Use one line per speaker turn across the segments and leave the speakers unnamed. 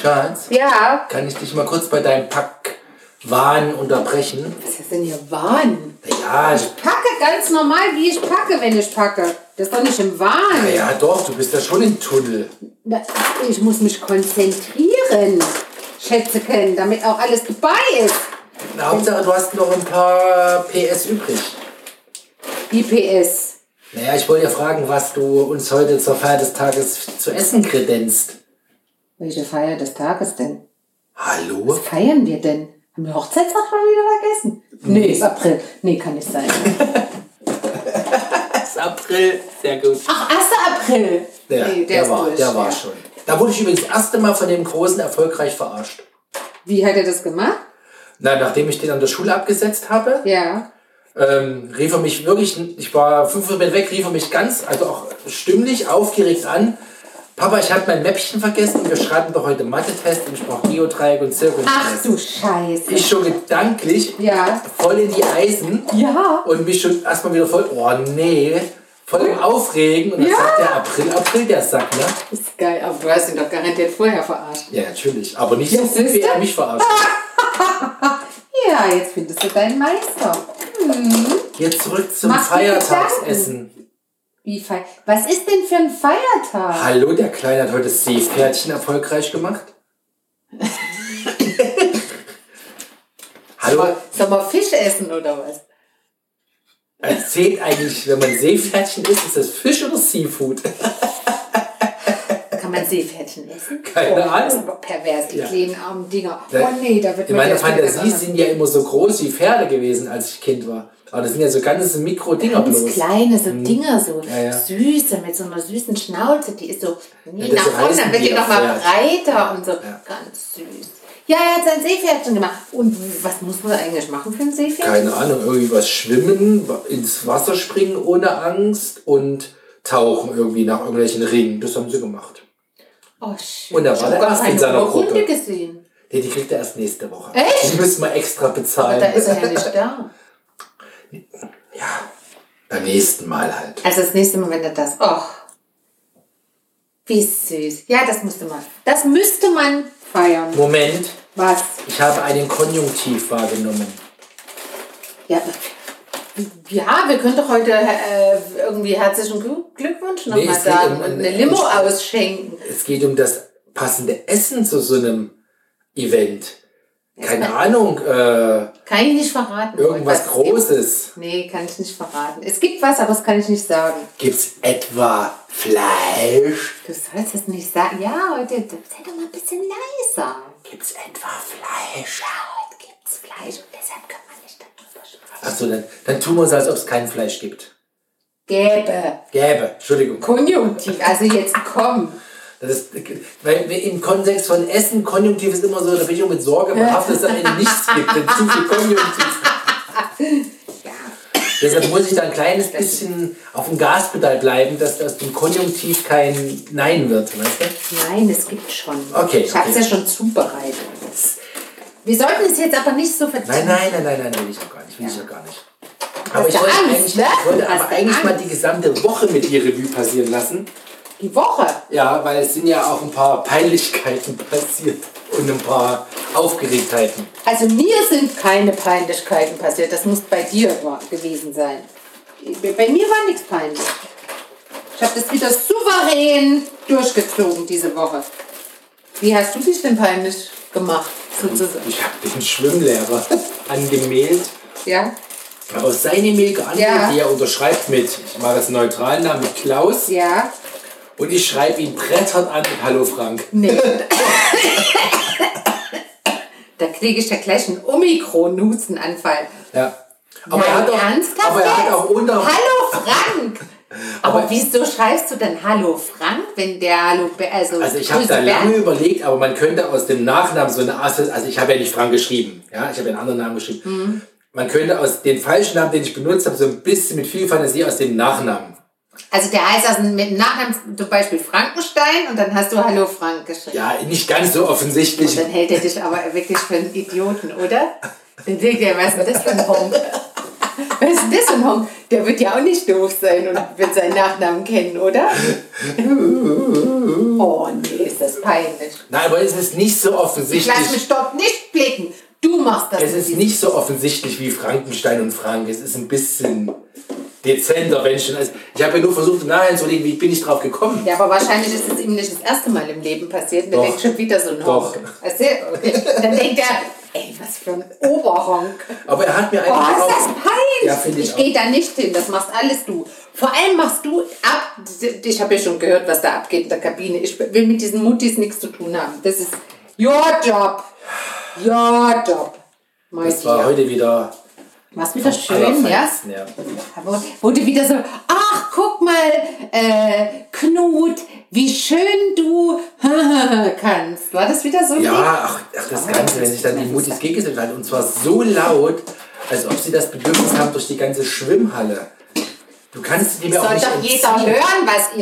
Charles,
Ja.
kann ich dich mal kurz bei deinem Packwahn unterbrechen?
Was ist denn hier Wahn?
Ja, ich-
Packe ganz normal, wie ich packe, wenn ich packe. Das ist doch nicht im Wahn.
ja doch, du bist ja schon im Tunnel.
Na, Ich muss mich konzentrieren, Schätzeken, damit auch alles dabei ist.
Na, Hauptsache, du hast noch ein paar PS übrig.
IPS.
Naja, ich wollte ja fragen, was du uns heute zur Feier des Tages zu essen kredenzt.
Welche Feier des Tages denn?
Hallo?
Feiern wir denn? Haben wir Hochzeitstag schon wieder vergessen? Nee, ist April. Nee, kann nicht sein.
Es ist April. Sehr gut.
Ach, 1. April.
Der,
nee,
der, war, der war schon. Da wurde ich übrigens das erste Mal von dem Großen erfolgreich verarscht.
Wie hat er das gemacht?
Na, nachdem ich den an der Schule abgesetzt habe,
Ja.
ähm, rief er mich wirklich, ich war fünf Minuten weg, rief er mich ganz, also auch stimmlich, aufgeregt an. Papa, ich habe mein Mäppchen vergessen und wir schreiben doch heute Mathe-Test und ich brauche Geodreieck und Zirkel.
Ach du Scheiße.
Ich schon gedanklich
Ja.
voll in die Eisen
Ja.
und mich schon erstmal wieder voll, oh nee, voll im Aufregen. Und dann
Ja.
sagt der April, April, der Sack, ne?
Ist geil, aber du hast ihn doch garantiert vorher verarscht.
Ja, natürlich. Aber nicht so
Ja,
gut, wie
siehste?
er mich verarscht. hat.
Ja, jetzt findest du deinen Meister.
Jetzt zurück zum
Mach dir
Feiertagsessen.
Wie fei Was ist denn für ein Feiertag?
Hallo, der Kleine hat heute das Seepferdchen erfolgreich gemacht. Hallo,
Soll man Fisch essen oder was?
erzählt eigentlich, wenn man Seepferdchen isst, ist das Fisch oder Seafood?
Oh, Kann man Seepferdchen essen?
Keine
oh, Das ist
Ahnung.
aber pervers, die
Ja.
kleinen armen Dinger. Oh nee, da wird
In
man
meiner
jetzt wieder ganz
Fantasie
anders.
sind ja immer so groß wie Pferde gewesen, als ich Kind war. Aber das sind ja so ganze Mikro-Dinger
Ganz
bloß. Hm.
kleine, so Dinger, so
Ja, ja.
süße, mit so einer süßen Schnauze, die ist so
Ja,
nie
das
nach vorne,
reißen
dann wird
die
die
auch sehr.
nochmal breiter
Ja,
und so.
ja.
Ganz süß. Ja, er hat sein Seepferdchen gemacht. Und was muss man eigentlich machen für ein Seepferdchen?
Keine Ahnung, irgendwie was schwimmen, ins Wasser springen ohne Angst und tauchen irgendwie nach irgendwelchen Ringen. Das haben sie gemacht.
Oh, schön.
Und da war
Ich hab
der
gar
erste in
keine
seiner
Hunde
Gruppe.
gesehen.
Nee, die kriegt er erst nächste Woche.
Echt?
Die müssen wir extra bezahlen.
Aber da ist er ja nicht da.
Beim nächsten Mal halt.
Also das nächste Mal, wenn er das. Och. Wie süß. Ja, das musste man. Das müsste man feiern.
Moment,
Was?
ich habe einen Konjunktiv wahrgenommen.
Ja. Ja, wir können doch heute äh, irgendwie herzlichen Gl- Glückwunsch nochmal
Nee, es geht
sagen
um
und
eine-
eine Limo
um-
ausschenken.
Es geht um das passende Essen zu so einem Event. Keine Ahnung, äh,
Kann ich nicht verraten.
irgendwas
Was es gibt.
Großes.
Nee, kann ich nicht verraten. Es gibt was, aber das kann ich nicht sagen.
Gibt's etwa Fleisch?
Du sollst es nicht sagen. Ja, heute, sei doch mal ein bisschen leiser.
Gibt's etwa Fleisch?
Heute gibt's Fleisch und deshalb können wir nicht darüber sprechen.
Achso, dann, dann tun wir so, als ob es kein Fleisch gibt.
Gäbe.
Gäbe, Entschuldigung.
Konjunktiv, also jetzt komm.
Das ist, weil wir im Kontext von Essen, Konjunktiv ist immer so, da bin ich auch mit Sorge behaftet, dass es am Ende nichts gibt, wenn zu viel Konjunktiv
Ja.
Deshalb muss ich da ein kleines bisschen auf dem Gaspedal bleiben, dass aus dem Konjunktiv kein Nein wird, weißt du?
Nein, es gibt schon.
Okay,
Ich habe es
okay.
ja schon zubereitet. Wir sollten es jetzt aber nicht so
Nein,
vertiefen.
nein, nein, nein, nein, will ich auch gar nicht, will ich auch gar nicht. Aber
Hast
ich
du
wollte
Angst,
eigentlich,
ne?
ich wollte
Hast
aber
du
eigentlich mal
Angst?
die gesamte Woche mit dir Revue passieren lassen.
Die Woche.
Ja, weil es sind ja auch ein paar Peinlichkeiten passiert und ein paar Aufgeregtheiten.
Also mir sind keine Peinlichkeiten passiert. Das muss bei dir wa- gewesen sein. Bei mir war nichts peinlich. Ich habe das wieder souverän durchgezogen diese Woche. Wie hast du dich denn peinlich gemacht? Sozusagen.
Ich habe den Schwimmlehrer angemeldet.
Ja?
Aber auf seine Mail geantwortet,
Ja.
die er unterschreibt mit, ich mache das neutral, Namen mit Klaus.
Ja?
Und ich schreibe ihn brettern an mit Hallo Frank.
Nee. da kriege ich ja gleich einen Omikron-Nutzen-Anfall.
Ja. Aber, er
Nein,
hat auch,
ernsthaft
aber er hat
jetzt? Halt
auch unter.
Hallo Frank! Aber,
Aber-
wieso schreibst du denn Hallo Frank, wenn der Hallo Be- also,
Also ich habe
Grüße
da lange
Bernd?
überlegt, aber man könnte aus dem Nachnamen so eine Assozi also ich habe ja nicht Frank geschrieben, ja, ich habe ja einen anderen Namen geschrieben.
Mhm.
Man könnte aus dem falschen Namen, den ich benutzt habe, so ein bisschen mit viel Fantasie aus dem Nachnamen.
Also der heißt also mit Nachnamen zum Beispiel Frankenstein und dann hast du Hallo Frank geschrieben.
Ja, nicht ganz so offensichtlich.
Und dann hält er dich aber wirklich für einen Idioten, oder? Dann denkt er, was ist denn das für ein Honk? Was ist das denn? Honk? Der wird ja auch nicht doof sein und wird seinen Nachnamen kennen, oder? Oh nee, ist das peinlich.
Nein, aber es ist nicht so
Ich lass
offensichtlich.
mich dort nicht blicken. Du machst das.
Es
mit
ist
diesem-
nicht so offensichtlich wie Frankenstein und Frank. Es ist ein bisschen dezenter, wenn schon. Also ich habe ja nur versucht, im Nachhinein zu überlegen, wie bin ich drauf gekommen.
Ja, aber wahrscheinlich ist es ihm nicht das erste Mal im Leben passiert. Und er
Doch.
denkt schon wieder so ein
Doch.
Honk. Also, okay. Dann denkt er, ey, was für ein Oberhonk.
Aber er hat mir
Oh,
einfach
ist das
auch.
peinlich.
Ja, finde ich
ich gehe da nicht hin, das machst alles du. Vor allem machst du ab, ich habe ja schon gehört, was da abgeht in der Kabine. Ich will mit diesen Muttis nichts zu tun haben. Das ist your job. Your job. Mein
Es war
Dear.
heute wieder
War's wieder schön, ja?
allerfeinsten, ja.
Wurde, wurde wieder so, ach, guck mal, äh, Knut, wie schön du kannst. War das wieder so? ein Ding?
Ja, ach, ach das Ganze, wenn sich dann die Mutis gegenseitig halten. Und zwar so laut, als ob sie das Bedürfnis haben durch die ganze Schwimmhalle. Du kannst dem ja auch
Soll
nicht
doch jeder
entziehen. Ah,
hören, was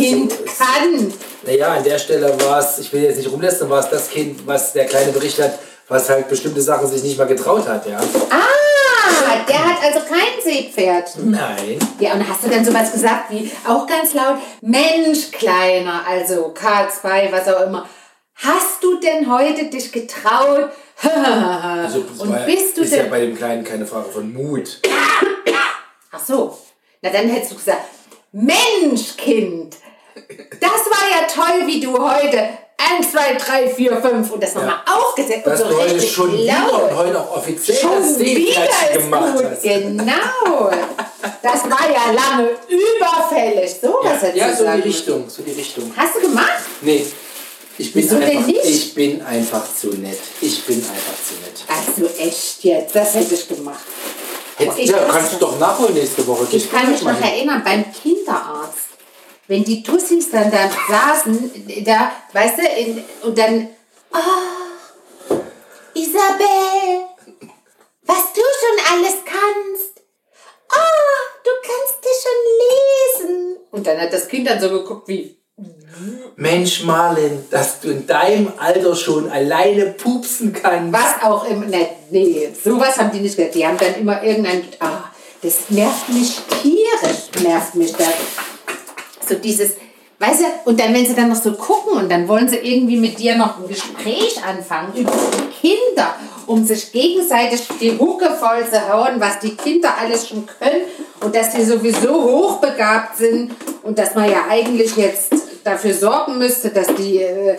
ihr Kind kann.
Naja, an der Stelle war es, ich will jetzt nicht rumlästern, war es das Kind, was der Kleine berichtet hat, was halt bestimmte Sachen sich nicht mal getraut hat, ja?
Ah, der hat also kein Seepferd.
Nein.
Ja, und hast du dann sowas gesagt wie, auch ganz laut, Mensch, Kleiner, also K2, was auch immer. Hast du denn heute dich getraut?
Also, das
und
war,
bist du
ist ja
denn...
bei dem Kleinen keine Frage von Mut.
Ach so, na dann hättest du gesagt, Mensch, Kind, das war ja toll, wie du heute 1, 2, 3, 4, 5 und das nochmal aufgesetzt
Dass
und
du
so
heute
richtig
schon wieder und
laut.
heute auch offiziell das
Schon wieder
Seepferdchen
ist
gemacht
gut,
hast.
genau. Das war ja lange überfällig. So was hättest
Ja,
du
so die
sagen müssen.
Richtung, so die Richtung.
Hast du gemacht?
Nee. Ich bin,
Wieso denn
einfach,
nicht?
ich bin einfach zu nett. Ich bin einfach zu nett.
Also echt jetzt, das hätte ich gemacht.
Jetzt,
ich
ja,
weiß
kannst du
das.
doch nachholen nächste Woche.
Ich kann mich noch
machen.
erinnern, beim Kinderarzt, wenn die Tussis dann da saßen, da, weißt du, in, und dann, ach, Isabel, was du schon alles kannst. Ah, du kannst dich schon lesen. Und dann hat das Kind dann so geguckt wie,
Mensch, Marlen, dass du in deinem Alter schon alleine pupsen kannst.
was auch immer. Nee, nee, sowas haben die nicht gesagt. Die haben dann immer irgendein. Ah, das nervt mich tierisch, nervt mich das. So dieses, weißt du, und dann, wenn sie dann noch so gucken und dann wollen sie irgendwie mit dir noch ein Gespräch anfangen über die Kinder, um sich gegenseitig die Hucke voll zu hauen, was die Kinder alles schon können und dass sie sowieso hochbegabt sind und dass man ja eigentlich jetzt dafür sorgen müsste, dass die äh,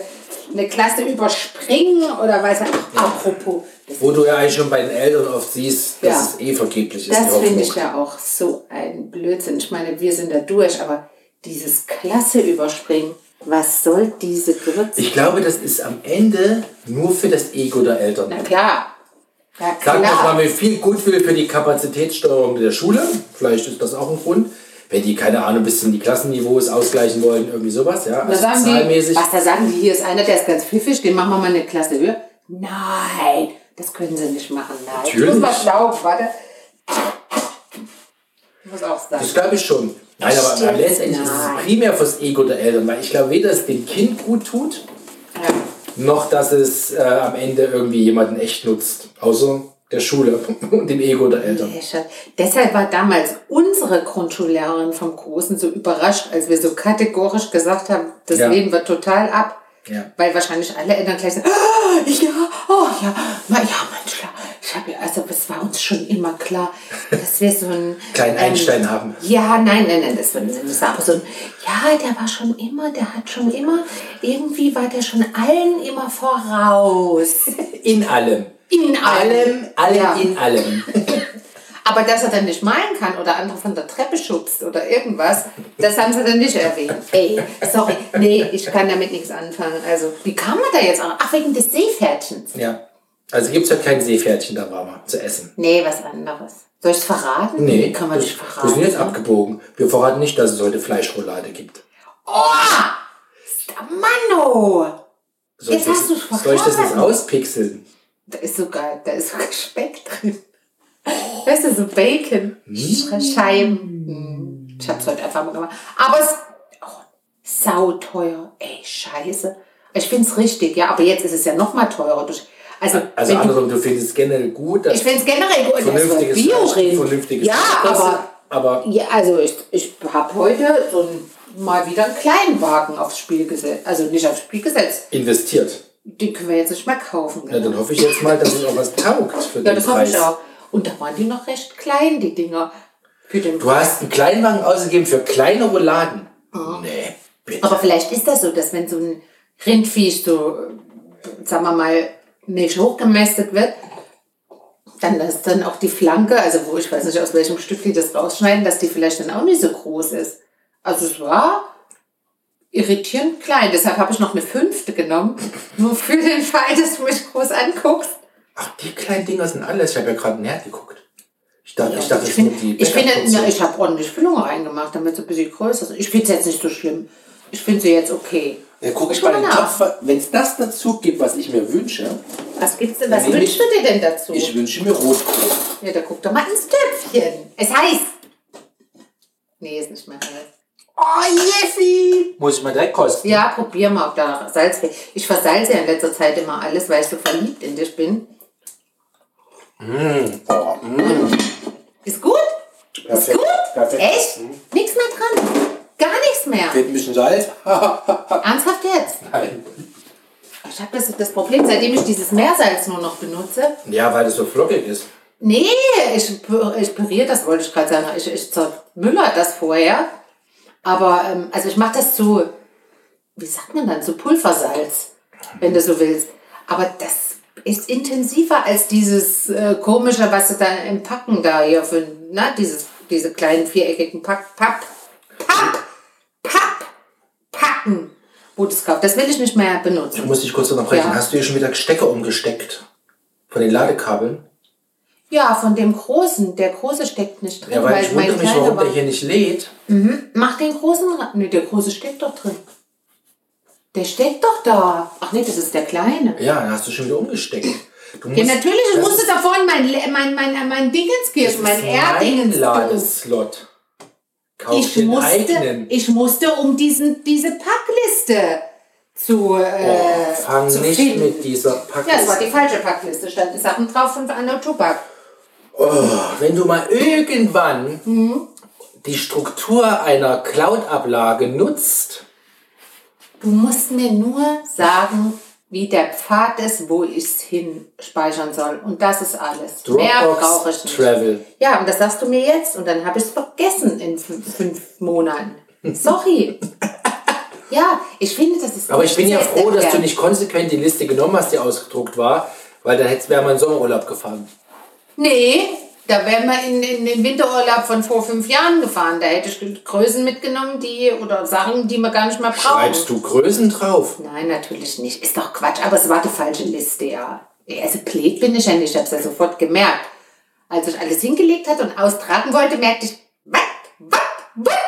eine Klasse überspringen oder weiß nicht. Apropos, das
Wo du ja eigentlich schon bei den Eltern oft siehst, dass
Ja.
es eh vergeblich ist. die
das finde ich
Hoffnung.
ja auch so ein Blödsinn. Ich meine, wir sind da durch, aber dieses Klasse überspringen, was soll diese Grütze?
ich glaube, das ist am Ende nur für das Ego der Eltern.
Na klar. Na
Sagen wir mal
klar.
mit viel Gutwill für die Kapazitätssteuerung der Schule. Vielleicht ist das auch ein Grund. Wenn die, keine Ahnung, ein bisschen die Klassenniveaus ausgleichen wollen, irgendwie sowas, ja.
Da
Also
sagen die,
zahlmäßig.
was da sagen die, hier ist einer, der ist ganz pfiffig, den machen wir mal eine Klasse höher. Nein, das können sie nicht machen. Nein,
Natürlich.
ich muss mal schlau, warte. Ich muss auch sagen.
Das glaube ich schon. Nein, aber
Stimmt,
am letztendlich ist
nein.
es primär fürs Ego der Eltern, weil ich glaube weder es dem Kind gut tut,
Ja.
noch dass es äh, am Ende irgendwie jemanden echt nutzt. Außer der Schule und dem Ego der Eltern.
Ja, Schatz. Deshalb war damals unsere Grundschullehrerin vom Großen so überrascht, als wir so kategorisch gesagt haben, das
Ja.
lehnen wir total ab.
Ja.
Weil wahrscheinlich alle Eltern gleich sagen, ah, ja, oh ja, na ja, Mensch, klar. Ich habe ja, also es war uns schon immer klar, dass wir so einen
Kleinen Einstein haben.
Ja, nein, nein, nein, das war das war auch so ein, ja, der war schon immer, der hat schon immer, irgendwie war der schon allen immer voraus.
In allem.
In
Allem, allem,
Ja.
in allem.
Aber dass er dann nicht malen kann oder andere von der Treppe schubst oder irgendwas, das haben sie dann nicht erwähnt. Ey, sorry, nee, ich kann damit nichts anfangen. Also, wie kam man da jetzt auch? Ach, wegen des Seepferdchens.
Ja. Also gibt es halt kein Seepferdchen da war zu essen.
Nee, was anderes. Soll ich es verraten?
Nee,
Kann man
das-
nicht verraten.
wir sind jetzt abgebogen. Wir verraten nicht, dass es heute Fleischroulade gibt.
Manno!
Soll ich
Jetzt
das-
hast du's
Soll ich das jetzt
verraten.
auspixeln?
Da ist sogar, da ist sogar Speck drin. Weißt du, so Bacon.
Hm.
Scheiben. Hm. Ich hab's heute einfach mal gemacht. Aber es oh, sauteuer. Ey, scheiße. Ich find's richtig, ja. Aber jetzt ist es ja noch mal teurer. durch- Also,
Also
wenn
andersrum, du findest generell gut,
du,
dass
ich finde es generell gut, dass
vernünftiges
wir Bio
Fleisch-
reden.
vernünftiges
ja,
Fleisch ist,
aber,
aber
ja, also ich, ich habe heute so ein, mal wieder einen kleinen Wagen aufs Spiel gesetzt. Also nicht aufs Spiel gesetzt.
investiert.
Den können wir jetzt nicht mehr kaufen.
Na, dann hoffe ich jetzt mal, dass es auch was taugt für
Ja,
den
das hoffe
Preis.
ich auch. Und da waren die noch recht klein, die Dinger. Für den
Du hast einen Kleinwagen ausgegeben für kleine Rouladen. Nee, bitte.
Mhm. Aber vielleicht ist das so, dass wenn so ein Rindviech so, äh, sagen wir mal, Milch hochgemästet wird, dann dass dann auch die Flanke, also wo ich weiß nicht, aus welchem Stück die das rausschneiden, dass die vielleicht dann auch nicht so groß ist. Also es war irritierend klein. Deshalb habe ich noch eine fünfte genommen. Nur für den Fall, dass du mich groß anguckst.
Ach, die kleinen Dinger sind alles. Ich habe ja gerade näher geguckt. Ich dachte, ich dachte,
ich
das sind die
finde, ich, finde,
Bäckerportion.
na, ich habe ordentlich Füllung reingemacht, damit sie ein bisschen größer sind. Ich finde es jetzt nicht so schlimm. Ich finde sie jetzt okay.
Dann gucke ich mal in den
Genau.
Topf. Wenn es das dazu gibt, was ich mir wünsche,
Was gibt's denn, was
Nein,
wünschst du dir denn dazu?
ich wünsche mir Rotkohl.
ja, da guck doch mal ins Töpfchen. Es heißt. Nee, ist nicht mehr heiß. Oh, Jessi!
Muss ich mal direkt kosten.
Ja, probier mal, ob da Salz fehlt. Ich versalze ja in letzter Zeit immer alles, weil ich so verliebt in dich bin.
Oh,
Ist gut? Ist
perfekt.
gut?
perfekt.
Echt? Nichts mehr dran. Gar nichts mehr.
Fehlt ein bisschen Salz?
Ernsthaft jetzt?
Nein.
Ich habe das, das Problem, seitdem ich dieses Meersalz nur noch benutze.
Ja, weil das so flockig ist.
Nee, ich, pü- ich püriere das, wollte ich gerade sagen. Ich, ich zermüller das vorher. Aber, ähm, also ich mache das zu, wie sagt man dann, zu Pulversalz, wenn du so willst. Aber das ist intensiver als dieses äh, komische, was du da im Packen da hier für, na, dieses, diese kleinen viereckigen Pack, Papp, Papp, Papp, Packen, wo du es kaufst. Das will ich nicht mehr benutzen.
Ich muss dich kurz unterbrechen.
Ja.
Hast du hier schon wieder Stecker umgesteckt? Von den Ladekabeln?
Ja, von dem Großen. Der Große steckt nicht drin,
Ja, weil ich wundere mich,
Kleiner
warum
war-
der hier nicht lädt.
Mach den Großen rein. Nee, der Große steckt doch drin. Der steckt doch da. Ach nee, das ist der Kleine.
Ja, dann hast du schon wieder umgesteckt. Du musst,
Ja, natürlich, ich
das
musste
ist
da vorhin mein, Le- mein, mein, mein Dingens geben, mein
mein
Erdingens. geben.
Ladeslot. Kauf
Ich
den
musste,
eigenen.
ich musste um diesen, diese Packliste zu. Äh,
oh, fang
zu
nicht
finden.
mit dieser Packung.
Ja, es war die falsche Packliste. Standen Sachen drauf von anderer Tobak.
Wenn du mal irgendwann die Struktur einer Cloud-Ablage nutzt,
Du musst mir nur sagen, wie der Pfad ist, wo ich es hin speichern soll. Und das ist alles. Mehr brauche ich
Dropbox
nicht.
Travel.
Ja, und das sagst du mir jetzt und dann habe ich es vergessen in fünf, fünf Monaten. Sorry. ja, ich finde, das ist.
Aber ich bin ja
sehr,
froh,
sehr
dass du
fair.
nicht konsequent die Liste genommen hast, die ausgedruckt war, weil dann hättest- wäre mein Sommerurlaub gefahren.
Nee, da wären wir in, in den Winterurlaub von vor fünf Jahren gefahren. Da hätte ich Größen mitgenommen, die oder Sachen, die man gar nicht mehr brauchen.
Schreibst du Größen drauf?
Nein, natürlich nicht. Ist doch Quatsch, aber es war die falsche Liste, ja. Also blöd bin ich ja nicht, ich habe es ja sofort gemerkt. Als ich alles hingelegt hatte und austragen wollte, merkte ich, wat, wat, wat,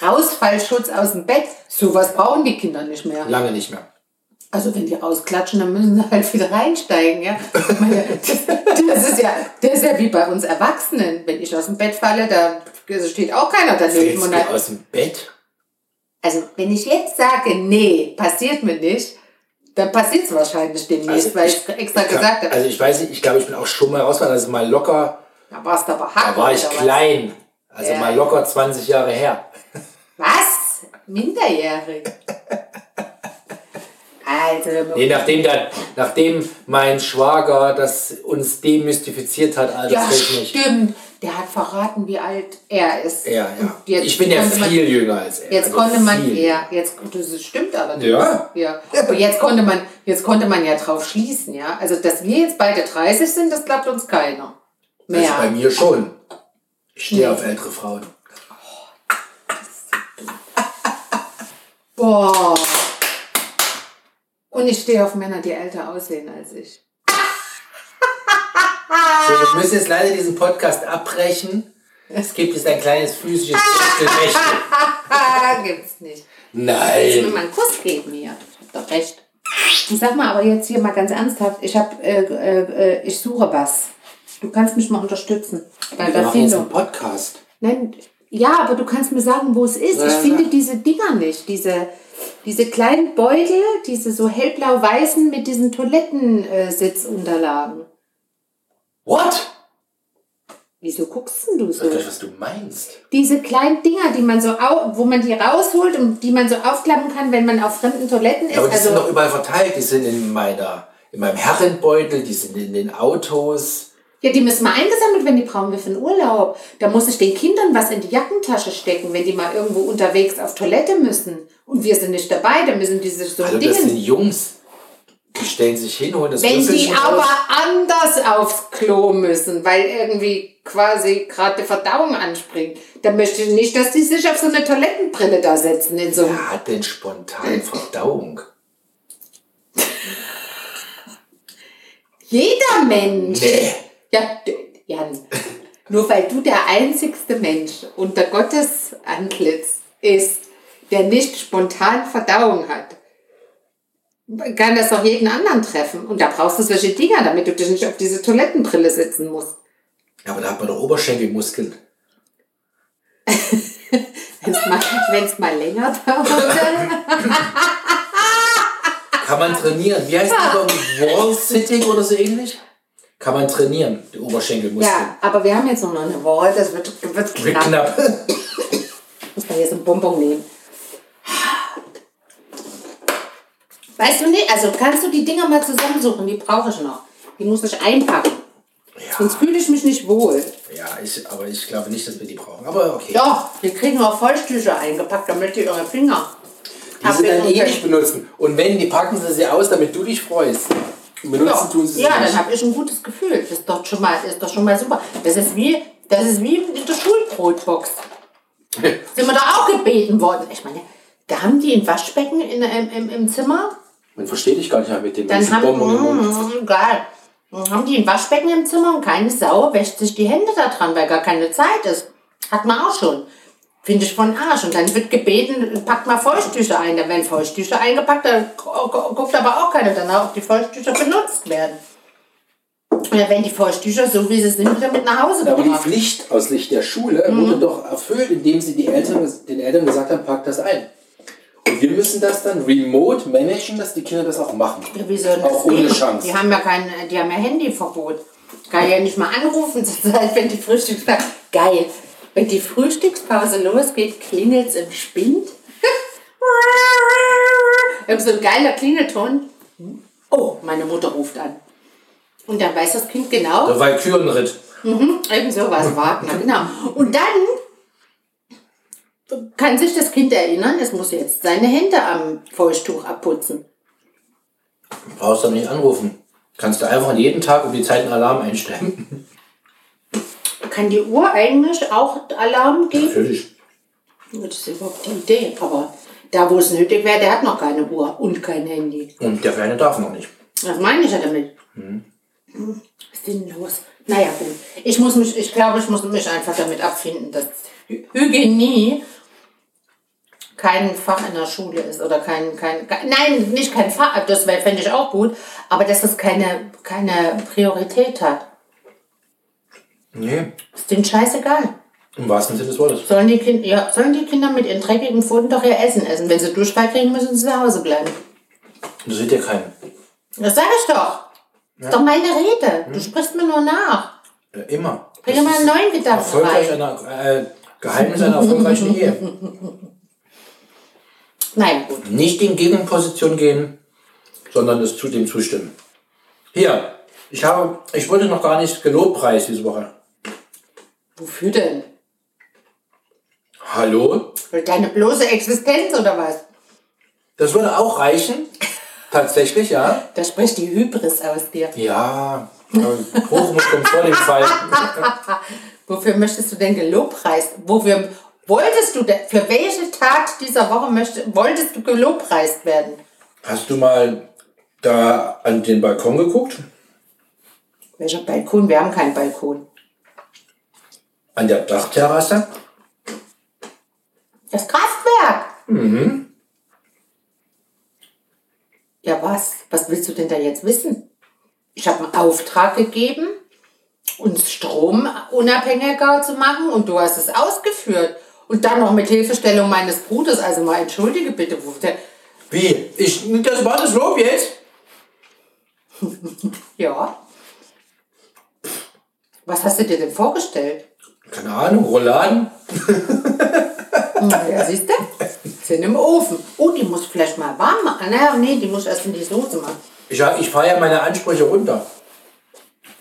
Rausfallschutz aus dem Bett. Sowas brauchen die Kinder nicht mehr.
Lange nicht mehr.
Also wenn die rausklatschen, dann müssen sie halt wieder reinsteigen, ja. Ich Meine, das, ist ja das ist ja wie bei uns Erwachsenen. Wenn ich aus dem Bett falle, da steht auch keiner daneben.
Fällst
Und dann,
du aus dem Bett?
also, wenn ich jetzt sage, nee, passiert mir nicht, dann passiert es wahrscheinlich demnächst,
Also
weil
ich-
ich extra
Kann-
gesagt habe.
Also ich weiß nicht, ich glaube, ich bin auch schon mal rausgefahren, also mal locker,
da warst du aber
da
hart.
war ich
oder was?
klein. Also
Ja.
mal locker 20 Jahre her.
Was? Minderjährig? also,
Nee, nachdem, der, nachdem mein Schwager das uns demystifiziert hat, also
ja,
das geht nicht.
stimmt. Der hat verraten, wie alt er ist.
Ja, ja.
Und jetzt
ich bin ja
konnte man-
viel jünger als er.
Jetzt
also
konnte man,
viel.
ja, jetzt, das stimmt allerdings.
Ja.
ja. Aber jetzt konnte man, jetzt konnte man ja drauf schließen, ja. Also, dass wir jetzt beide 30 sind, das glaubt uns keiner. Mehr.
Also bei mir schon. Ich stehe
Nee.
auf ältere Frauen.
Boah. Und ich stehe auf Männer, die älter aussehen als ich.
So, wir müssen jetzt leider diesen Podcast abbrechen. Es gibt jetzt ein kleines physisches Gemächte.
Ah, gibt's nicht. Ich will
Nein.
mir mal einen Kuss geben hier. Ich hab doch recht. Du sag mal, aber jetzt hier mal ganz ernsthaft, ich hab, äh, äh, äh, ich suche was. Du kannst mich mal unterstützen bei
Wir
der
machen jetzt einen
Findung.
Podcast.
Nein, ja, aber du kannst mir sagen, wo es ist.
Ja,
Ich
ja.
finde diese Dinger nicht, diese Diese kleinen Beutel, diese so hellblau-weißen mit diesen äh, Toilettensitzunterlagen.
What?
Wieso guckst denn du
Ich
so?
weiß gar nicht, was du meinst.
Diese kleinen Dinger, die man so au wo man die rausholt und die man so aufklappen kann, wenn man auf fremden Toiletten ist.
Aber die sind
also
doch überall verteilt. Die sind in meiner, in meinem Herrenbeutel, die sind in den Autos.
ja, die müssen mal eingesammelt werden, die brauchen wir für den Urlaub. Da muss ich den Kindern was in die Jackentasche stecken, wenn die mal irgendwo unterwegs auf Toilette müssen und wir sind nicht dabei, dann müssen die sich so
Also
ein
das
Ding.
sind Jungs. Die stellen sich hin, holen das
Wenn die
Löffelchen raus.
aber anders aufs Klo müssen, weil irgendwie quasi gerade die Verdauung anspringt, dann möchte ich nicht, dass die sich auf so eine Toilettenbrille da setzen in so einem
Wer hat denn spontan Verdauung?
Jeder Mensch.
Nee.
Ja, d- Jan, nur weil du der einzigste Mensch unter Gottes Antlitz ist, der nicht spontan Verdauung hat, kann das auch jeden anderen treffen. Und da brauchst du solche Dinger, damit du dich nicht auf diese Toilettenbrille sitzen musst.
Ja, aber da hat man doch Oberschenkelmuskeln.
Wenn es mal, wenn's mal länger dauert.
Kann man trainieren. Wie heißt die beim Wall Sitting oder so ähnlich? Kann man trainieren, die Oberschenkelmuskeln.
ja, aber wir haben jetzt noch eine Wall, das wird, wird
Wird
knapp.
knapp.
Muss man hier so einen Bonbon nehmen. Weißt du nicht, also kannst du die Dinger mal zusammensuchen, die brauche ich noch. Die muss ich einpacken. Sonst fühle ich mich nicht wohl.
Ja, ich, aber ich glaube nicht, dass wir die brauchen. Aber okay.
Doch, wir kriegen auch Feuchttücher eingepackt, damit ihr eure Finger.
Die sind dann
abwischen
eh
könnt.
nicht benutzen. Und wenn, die packen sie sie aus, damit du dich freust. Und benutzen
ja,
tun sie sie
ja dann
nicht.
habe ich ein gutes Gefühl. Das ist doch schon mal, ist doch schon mal super. Das ist wie, das ist wie in der Schulbrotbox. Sind wir da auch gebeten worden? Ich meine, da haben die ein Waschbecken in, im, im, im Zimmer.
Man versteht dich gar nicht mehr mit dem
Dann
ganzen
haben,
Bonbon im Mund.
mm, geil. Dann haben die ein Waschbecken im Zimmer und keine Sau wäscht sich die Hände da dran, weil gar keine Zeit ist. Hat man auch schon. Finde ich von Arsch. Und dann wird gebeten, packt mal Feuchttücher ein. Da werden Feuchttücher eingepackt, da gu- gu- guckt aber auch keiner danach, ob die Feuchttücher benutzt werden. Und dann werden die Feuchttücher, so wie sie sind, wieder mit nach Hause
Aber die
gebracht.
Pflicht aus Licht der Schule
Mhm.
wurde doch erfüllt, indem sie die Eltern, den Eltern gesagt haben, packt das ein. Und wir müssen das dann remote managen, dass die Kinder das auch machen.
Wie soll das
auch ohne
gehen?
Chance.
Die haben ja kein, die haben ja Handyverbot. Kann ja nicht mal anrufen zur Zeit, wenn die Frühstückspause. Geil. Wenn die Frühstückspause losgeht, klingelt's im Spind. Irgend so ein geiler Klingelton. Oh, meine Mutter ruft an. Und dann weiß das Kind genau,
Der Walkürenritt.
Eben sowas, Wagner, genau. Und dann kann sich das Kind erinnern, es muss jetzt seine Hände am Feuchttuch abputzen.
Du brauchst aber nicht anrufen. Kannst du einfach an jeden Tag um die Zeit einen Alarm einstellen.
Kann die Uhr eigentlich auch Alarm geben?
Natürlich.
Das ist überhaupt die Idee, aber da, wo es nötig wäre, der hat noch keine Uhr und kein Handy.
Und der Kleine darf noch nicht.
Das meine ich ja damit. Hm, Sinnlos. Naja, gut. Ich muss mich, ich glaube, ich muss mich einfach damit abfinden, dass Hy- Hygienie kein Fach in der Schule ist oder kein, kein, kein nein, nicht kein Fach, das wär- fände ich auch gut, aber dass es keine, keine Priorität hat.
Nee.
Ist denen scheißegal.
Im wahrsten Sinne des Wortes.
Sollen die, kind, ja, sollen die Kinder mit ihren dreckigen Pfoten doch ihr Essen essen? Wenn sie Durchfall kriegen, müssen sie zu Hause bleiben.
Das sieht ja keinen.
Das sage ich doch. Ist doch meine Rede. Du sprichst mir nur nach.
Äh, immer.
Bring mir mal einen neuen Gedanken
Erfolgreich
rein.
einer, äh, Geheimnis einer erfolgreichen Ehe.
Naja, gut.
Nicht in Gegenposition gehen, sondern es zu dem zustimmen. Hier, ich habe, ich wollte noch gar nicht gelobpreis diese Woche.
Wofür denn?
Hallo?
Für deine bloße Existenz oder was?
Das würde auch reichen. Tatsächlich, ja.
Da spricht die Hybris aus dir.
Ja, äh, Hochmut kommt vor dem Fall.
Wofür möchtest du denn gelobpreist? Wofür wolltest du denn, für welche Tat dieser Woche möchte, wolltest du gelobpreist werden?
Hast du mal da an den Balkon geguckt?
Welcher Balkon? Wir haben keinen Balkon.
An der Dachterrasse?
Das Kraftwerk! Mhm. Ja, was? Was willst du denn da jetzt wissen? Ich habe einen Auftrag gegeben, uns Strom unabhängiger zu machen und du hast es ausgeführt. Und dann noch mit Hilfestellung meines Bruders. Also mal entschuldige bitte. wo- der-
Wie? Ich, das war das Lob jetzt?
Ja. Was hast du dir denn vorgestellt?
Keine Ahnung, Rouladen?
Hm, Ja, siehst du? Sind im Ofen. Oh, die muss vielleicht mal warm machen. Naja, nee, die muss erst in die Soße machen.
Ich, ich fahre ja meine Ansprüche runter.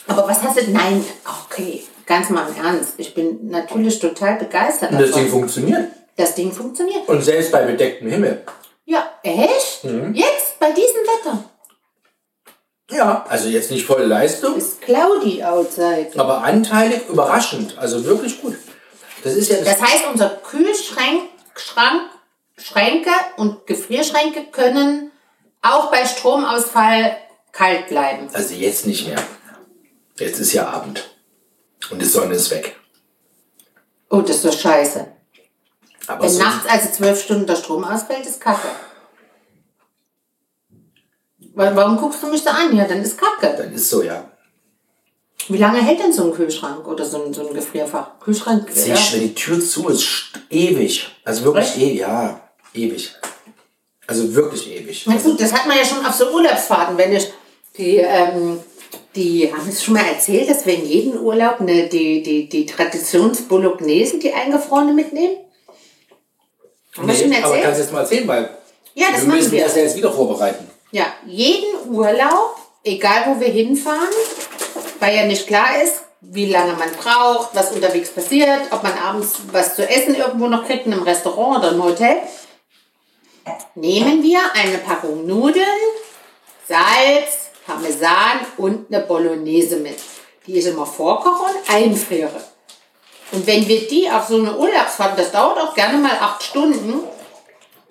Aber was hast du? Nein, okay. Ganz mal im Ernst. Ich bin natürlich total begeistert
Und das Ding
davon.
funktioniert.
Das Ding funktioniert.
Und selbst bei bedecktem Himmel.
Ja, echt?
Mhm.
Jetzt, bei diesem Wetter.
Ja, also jetzt nicht volle Leistung,
Ist cloudy outside.
aber anteilig überraschend. Also wirklich gut. Das ist ja das,
Das heißt, unser Kühlschrank, Schrank, Schränke und Gefrierschränke können auch bei Stromausfall kalt bleiben.
Also jetzt nicht mehr. Jetzt ist ja Abend. Und die Sonne ist weg.
Oh, das ist doch scheiße.
Aber
Wenn
so,
nachts also zwölf Stunden der Strom ausfällt, ist Kacke. Wa- Warum guckst du mich so an? Ja, dann ist Kacke.
dann ist so, ja.
Wie lange hält denn so ein Kühlschrank oder so ein, so ein Gefrierfach? Kühlschrank?
Sehe
Ja.
ich, wenn die Tür zu ist, st- ewig. Also wirklich ewig, ja. Ewig. Also wirklich ewig.
Na gut, das hat man ja schon auf so Urlaubsfahrten, wenn ich die, ähm, die haben es schon mal erzählt, dass wir in jedem Urlaub ne, die, die, die Traditionsbolognese, die eingefrorene mitnehmen. Haben wir schon
Nee, aber kannst
erzählt?
du jetzt mal erzählen, weil
Ja, das
wir
machen
müssen
wir.
das ja jetzt wieder vorbereiten.
Ja, jeden Urlaub, egal wo wir hinfahren, weil ja nicht klar ist, wie lange man braucht, was unterwegs passiert, ob man abends was zu essen irgendwo noch kriegt in einem Restaurant oder im Hotel, nehmen wir eine Packung Nudeln, Salz, Parmesan und eine Bolognese mit, die ich immer vorkoche und einfriere. Und wenn wir die auf so eine Urlaubsfahrt, das dauert auch gerne mal acht Stunden,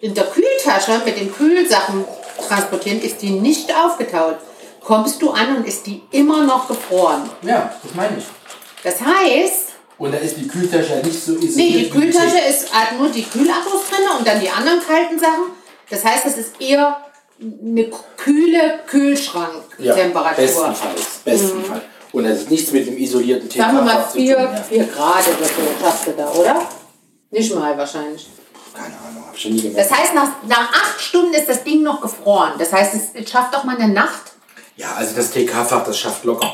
in der Kühltasche mit den Kühlsachen transportieren, ist die nicht aufgetaut. Kommst du an und ist die immer noch gefroren.
Ja, das meine ich.
Das heißt,
Und da ist die Kühltasche ja nicht so isoliert.
nee, die
wie
Kühltasche
steht.
ist hat nur die Kühlakkus drin und dann die anderen kalten Sachen. Das heißt, das ist eher eine kühle
Ja,
Kühlschranktemperatur.
bestenfalls, bestenfalls. Und das ist nichts mit dem isolierten TK
Mhm. Sagen wir mal
zu tun.
4,
Ja.
4 Grad oder so schaffst du da, oder? Nicht mal wahrscheinlich.
Keine Ahnung, hab ich schon nie gemerkt.
Das heißt, nach, nach acht Stunden ist das Ding noch gefroren. Das heißt, es, es schafft doch mal eine Nacht.
Ja, also das TK-Fach, das schafft locker.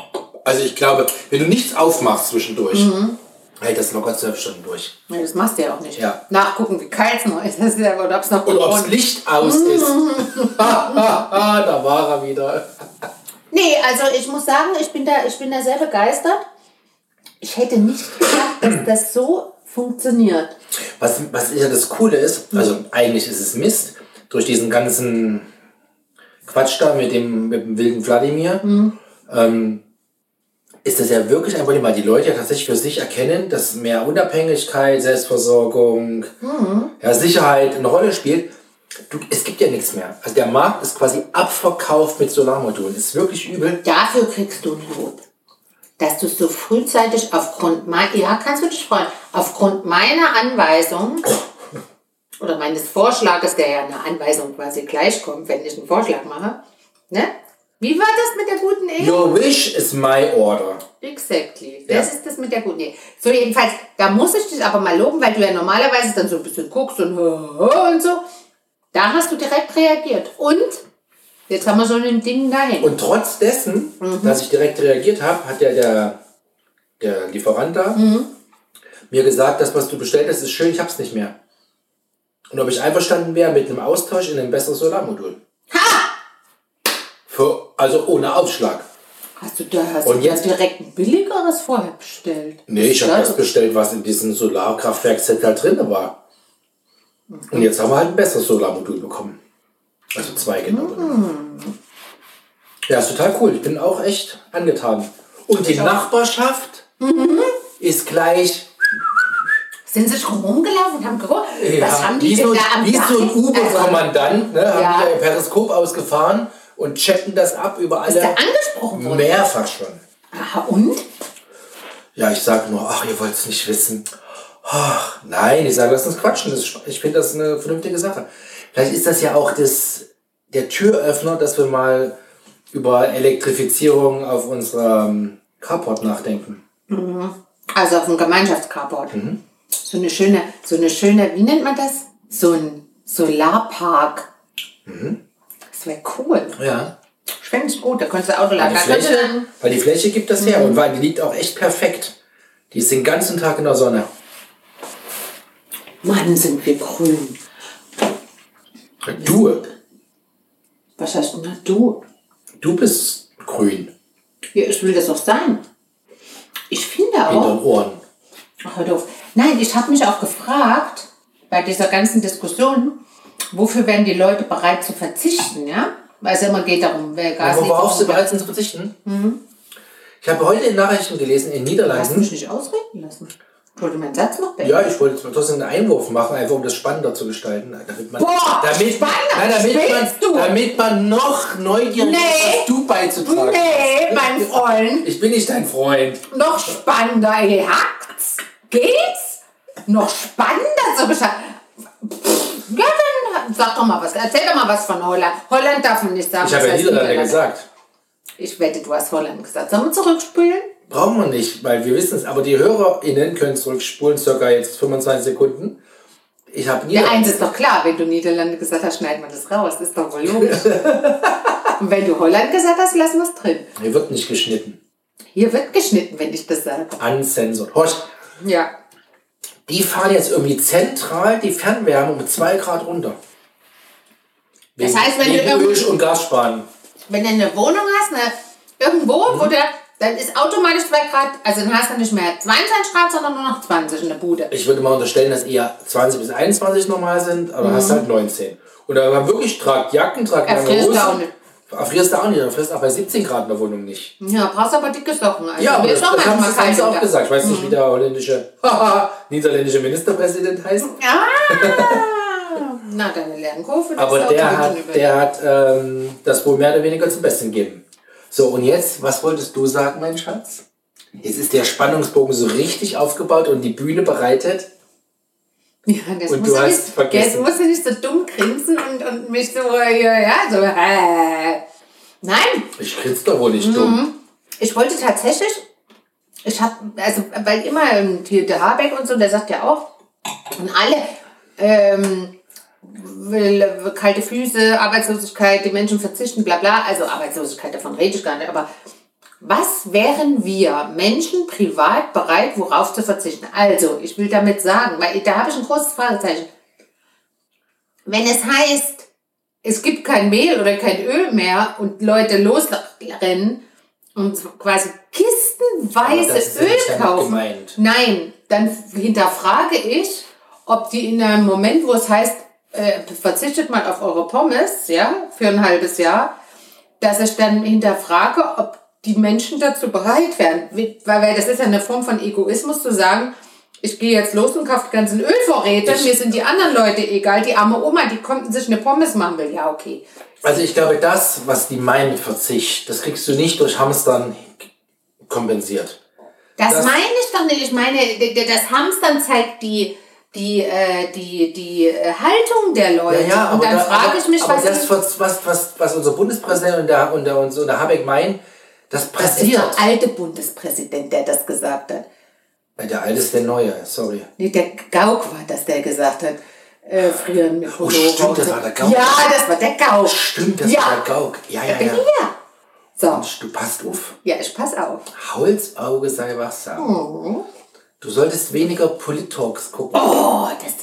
Also ich glaube, wenn du nichts aufmachst zwischendurch,
Mhm.
hält das locker zwölf Stunden durch.
Ja, das machst du ja auch nicht.
Ja.
Nachgucken, wie kalt es noch ist. Das ist ja, oder ob es noch
Und ob
gefroren
das Licht aus
Mhm.
ist. ah, da war er wieder.
Nee, also ich muss sagen, ich bin da, ich bin da sehr begeistert. Ich hätte nicht gedacht, dass das so funktioniert.
Was, was ja das Coole ist, also eigentlich ist es Mist, durch diesen ganzen Quatsch da mit dem, mit dem wilden Wladimir, ähm, ist das ja wirklich ein Problem, weil die Leute ja tatsächlich für sich erkennen, dass mehr Unabhängigkeit, Selbstversorgung, ja, Sicherheit eine Rolle spielt. Du, es gibt ja nichts mehr. Also der Markt ist quasi abverkauft mit Solarmodulen. Ist wirklich übel.
Dafür kriegst du ein Lob. Dass du so frühzeitig aufgrund meiner, ja, kannst du dich freuen, aufgrund meiner Anweisung oder meines Vorschlages, der ja eine Anweisung quasi gleich kommt, wenn ich einen Vorschlag mache, ne? Wie war das mit der guten Ehe?
Your wish is my order.
Exactly.
Ja.
Das ist das mit der guten Idee. So, jedenfalls, da muss ich dich aber mal loben, weil du ja normalerweise dann so ein bisschen guckst und, und so. Da hast du direkt reagiert. Und jetzt haben wir schon ein Ding dahin.
Und trotz dessen, dass ich direkt reagiert habe, hat ja der, der Lieferant da mir gesagt, das, was du bestellt hast, ist schön, ich hab's nicht mehr. Und ob ich einverstanden wäre mit einem Austausch in ein besseres Solarmodul. Ha! Für, also ohne Aufschlag.
hast du da hast
Und
du da
jetzt-
direkt ein billigeres vorher bestellt?
Nee, ich habe
Ja,
das bestellt, was in diesem Solarkraftwerkset halt drin war. Und jetzt haben wir halt ein besseres Solarmodul bekommen. Also zwei genau. Ja, ist total cool. Ich bin auch echt angetan. Und die Nachbarschaft
Mhm.
ist gleich.
Sind sie schon rumgelaufen und haben geguckt? was haben die
wie
denn
so,
da am
wie so ein
Dach? Also,
Uber-Kommandant, ne, haben
Ja.
die ein Periskop ausgefahren und checken das ab über
Ist der
alle.
angesprochen worden?
Mehrfach schon.
Aha, und?
Ja, ich sag nur, ach, ihr wollt's nicht wissen. Ach, nein, ich sage, lass uns quatschen. Das, ist sp- ich finde das eine vernünftige Sache. Vielleicht ist das ja auch das, der Türöffner, dass wir mal über Elektrifizierung auf unserem Carport nachdenken.
Also auf dem Gemeinschaftscarport.
Mhm.
So eine schöne, so eine schöne, wie nennt man das? So ein Solarpark.
Mhm.
Das wäre cool.
Ja.
Ich finde es gut, da könntest du Autoladen.
Die
Da könntest du
Fläche,
dann,
weil die Fläche gibt das her und weil die liegt auch echt perfekt. Die ist den ganzen Tag in der Sonne.
Mann, sind wir grün.
Du,
Was hast du denn da? Du?
du bist grün
Ja, ich will das auch sein. Ich finde
hinter
auch.
den Ohren.
Ach, hör auf. Nein, ich habe mich auch gefragt, bei dieser ganzen Diskussion, wofür wären die Leute bereit zu verzichten, ja? Weil es immer geht darum, wer Gas
Aber worauf sie
lieferung-
bereit sind zu verzichten? Ich habe heute in Nachrichten gelesen, in
Hast du
Niederlanden.
mich nicht ausreden lassen? Ich wollte meinen Satz noch beenden.
Ja, ich wollte jetzt mal trotzdem einen Einwurf machen, einfach um das spannender zu gestalten. Damit man,
Boah,
damit,
spannend,
nein, damit, man,
spielst du?
damit man noch neugierig
Nee.
ist, was du beizutragen
Nee, mein Freund.
hast. Ich bin nicht dein Freund.
Noch spannender, hey, hackt's? Geht's? Noch spannender zu beschreiben? Ja, dann sag doch mal was. Erzähl doch mal was von Holland. Holland darf man nicht sagen.
Ich habe
das
ja
heißt
Niederlande
Niederlande.
gesagt.
Ich wette, du hast Holland gesagt. Sollen wir zurückspielen?
Brauchen wir nicht, weil wir wissen es. Aber die HörerInnen können zurückspulen, circa jetzt 25 Sekunden. Ich habe
Ja,
Niederlande.
eins ist doch klar. Wenn du Niederlande gesagt hast, schneiden wir das raus. Das ist doch wohl logisch. Und wenn du Holland gesagt hast, lassen wir es drin.
Hier wird nicht geschnitten.
Hier wird geschnitten, wenn ich das sage.
Uncensored. Horch,
Ja.
die fahren jetzt irgendwie zentral die Fernwärme um 2 Grad runter.
Das
Wegen-
heißt, wenn du
wegen
irgendwie-
Öl und Gas sparen.
Wenn du eine Wohnung hast, ne, irgendwo,
Mhm.
wo der, dann ist automatisch 2 Grad, also dann hast du nicht mehr 22 Grad, sondern nur noch 20 in der Bude.
ich würde mal unterstellen, dass eher 20 bis 21 normal sind,
Mhm.
aber hast halt 19. Und wenn man wirklich tragt, Jacken tragt,
Erfrierst du auch nicht.
Erfrierst du auch nicht, dann frierst du auch bei 17 Grad in der Wohnung nicht.
Ja, brauchst aber dicke Socken. Also
Ja, aber
mir
das,
ist auch
das haben
manchmal
sie haben
kalt. Mhm.
sie auch
unter-
gesagt. Ich weiß nicht, wie der holländische, haha, niederländische Ministerpräsident heißt.
Ah! Na, deine Lernkurve, das
Aber
ist auch
der
gut
hat,
drüber.
der hat ähm, das wohl mehr oder weniger zum Besten gegeben. So, und jetzt, was wolltest du sagen, mein Schatz? Jetzt ist der Spannungsbogen so richtig aufgebaut und die Bühne bereitet.
Ja, das
Und
muss
du
ja
hast
nicht,
vergessen.
Jetzt musst du nicht so dumm grinsen und, und mich so, äh, ja, so, äh. Nein,
Ich grinse doch wohl
Mhm.
nicht dumm.
ich wollte tatsächlich, ich habe, also, weil immer ähm, hier der Habeck und so, der sagt ja auch, und alle, ähm, will- kalte Füße, Arbeitslosigkeit, die Menschen verzichten, bla bla, also Arbeitslosigkeit, davon rede ich gar nicht, aber was wären wir Menschen privat bereit, worauf zu verzichten? Also, ich will damit sagen, weil da habe ich ein großes Fragezeichen. Wenn es heißt, es gibt kein Mehl oder kein Öl mehr und Leute losrennen und quasi
Aber das ist
kistenweise
ja nicht
Öl
damit
kaufen.
gemeint.
Nein, dann hinterfrage ich, ob die in einem Moment, wo es heißt, äh, verzichtet mal auf eure Pommes, ja, für ein halbes Jahr, dass ich dann hinterfrage, ob die Menschen dazu bereit wären. Wie- Weil, weil das ist ja eine Form von Egoismus zu sagen, ich gehe jetzt los und kaufe die ganzen Ölvorräte,
Ich-
mir sind die anderen Leute egal, die arme Oma, die kommt und sich eine Pommes machen will. Ja, okay.
Also ich glaube, das, was die meinen mit Verzicht, das kriegst du nicht durch Hamstern kompensiert.
Das,
Das-
meine ich doch nicht. Ich meine, d- d- das Hamstern zeigt die, die, äh, die, die äh, Haltung der Leute. und dann
da-
frage ich mich,
aber
was
das,
ist.
was, was, was, was unser Bundespräsident und der, und der, und so- und der Habeck meinen, das
Das ist
passiert.
der alte Bundespräsident, der das gesagt hat.
Weil der Alte ist der Neue, sorry.
Nee, der Gauck war das, der gesagt hat. Äh, frieren mit Pullover.
Oh, stimmt,
und
das
so.
war der Gauck.
Ja, das war der Gauck.
Stimmt, das
ja.
war der Gauk. Ja, ja, ja.
Ja. So,
Du passt auf.
ja, ich pass auf.
Holzauge sei wachsam. Du solltest weniger Polit-Talks gucken.
Mhm. Oh, das,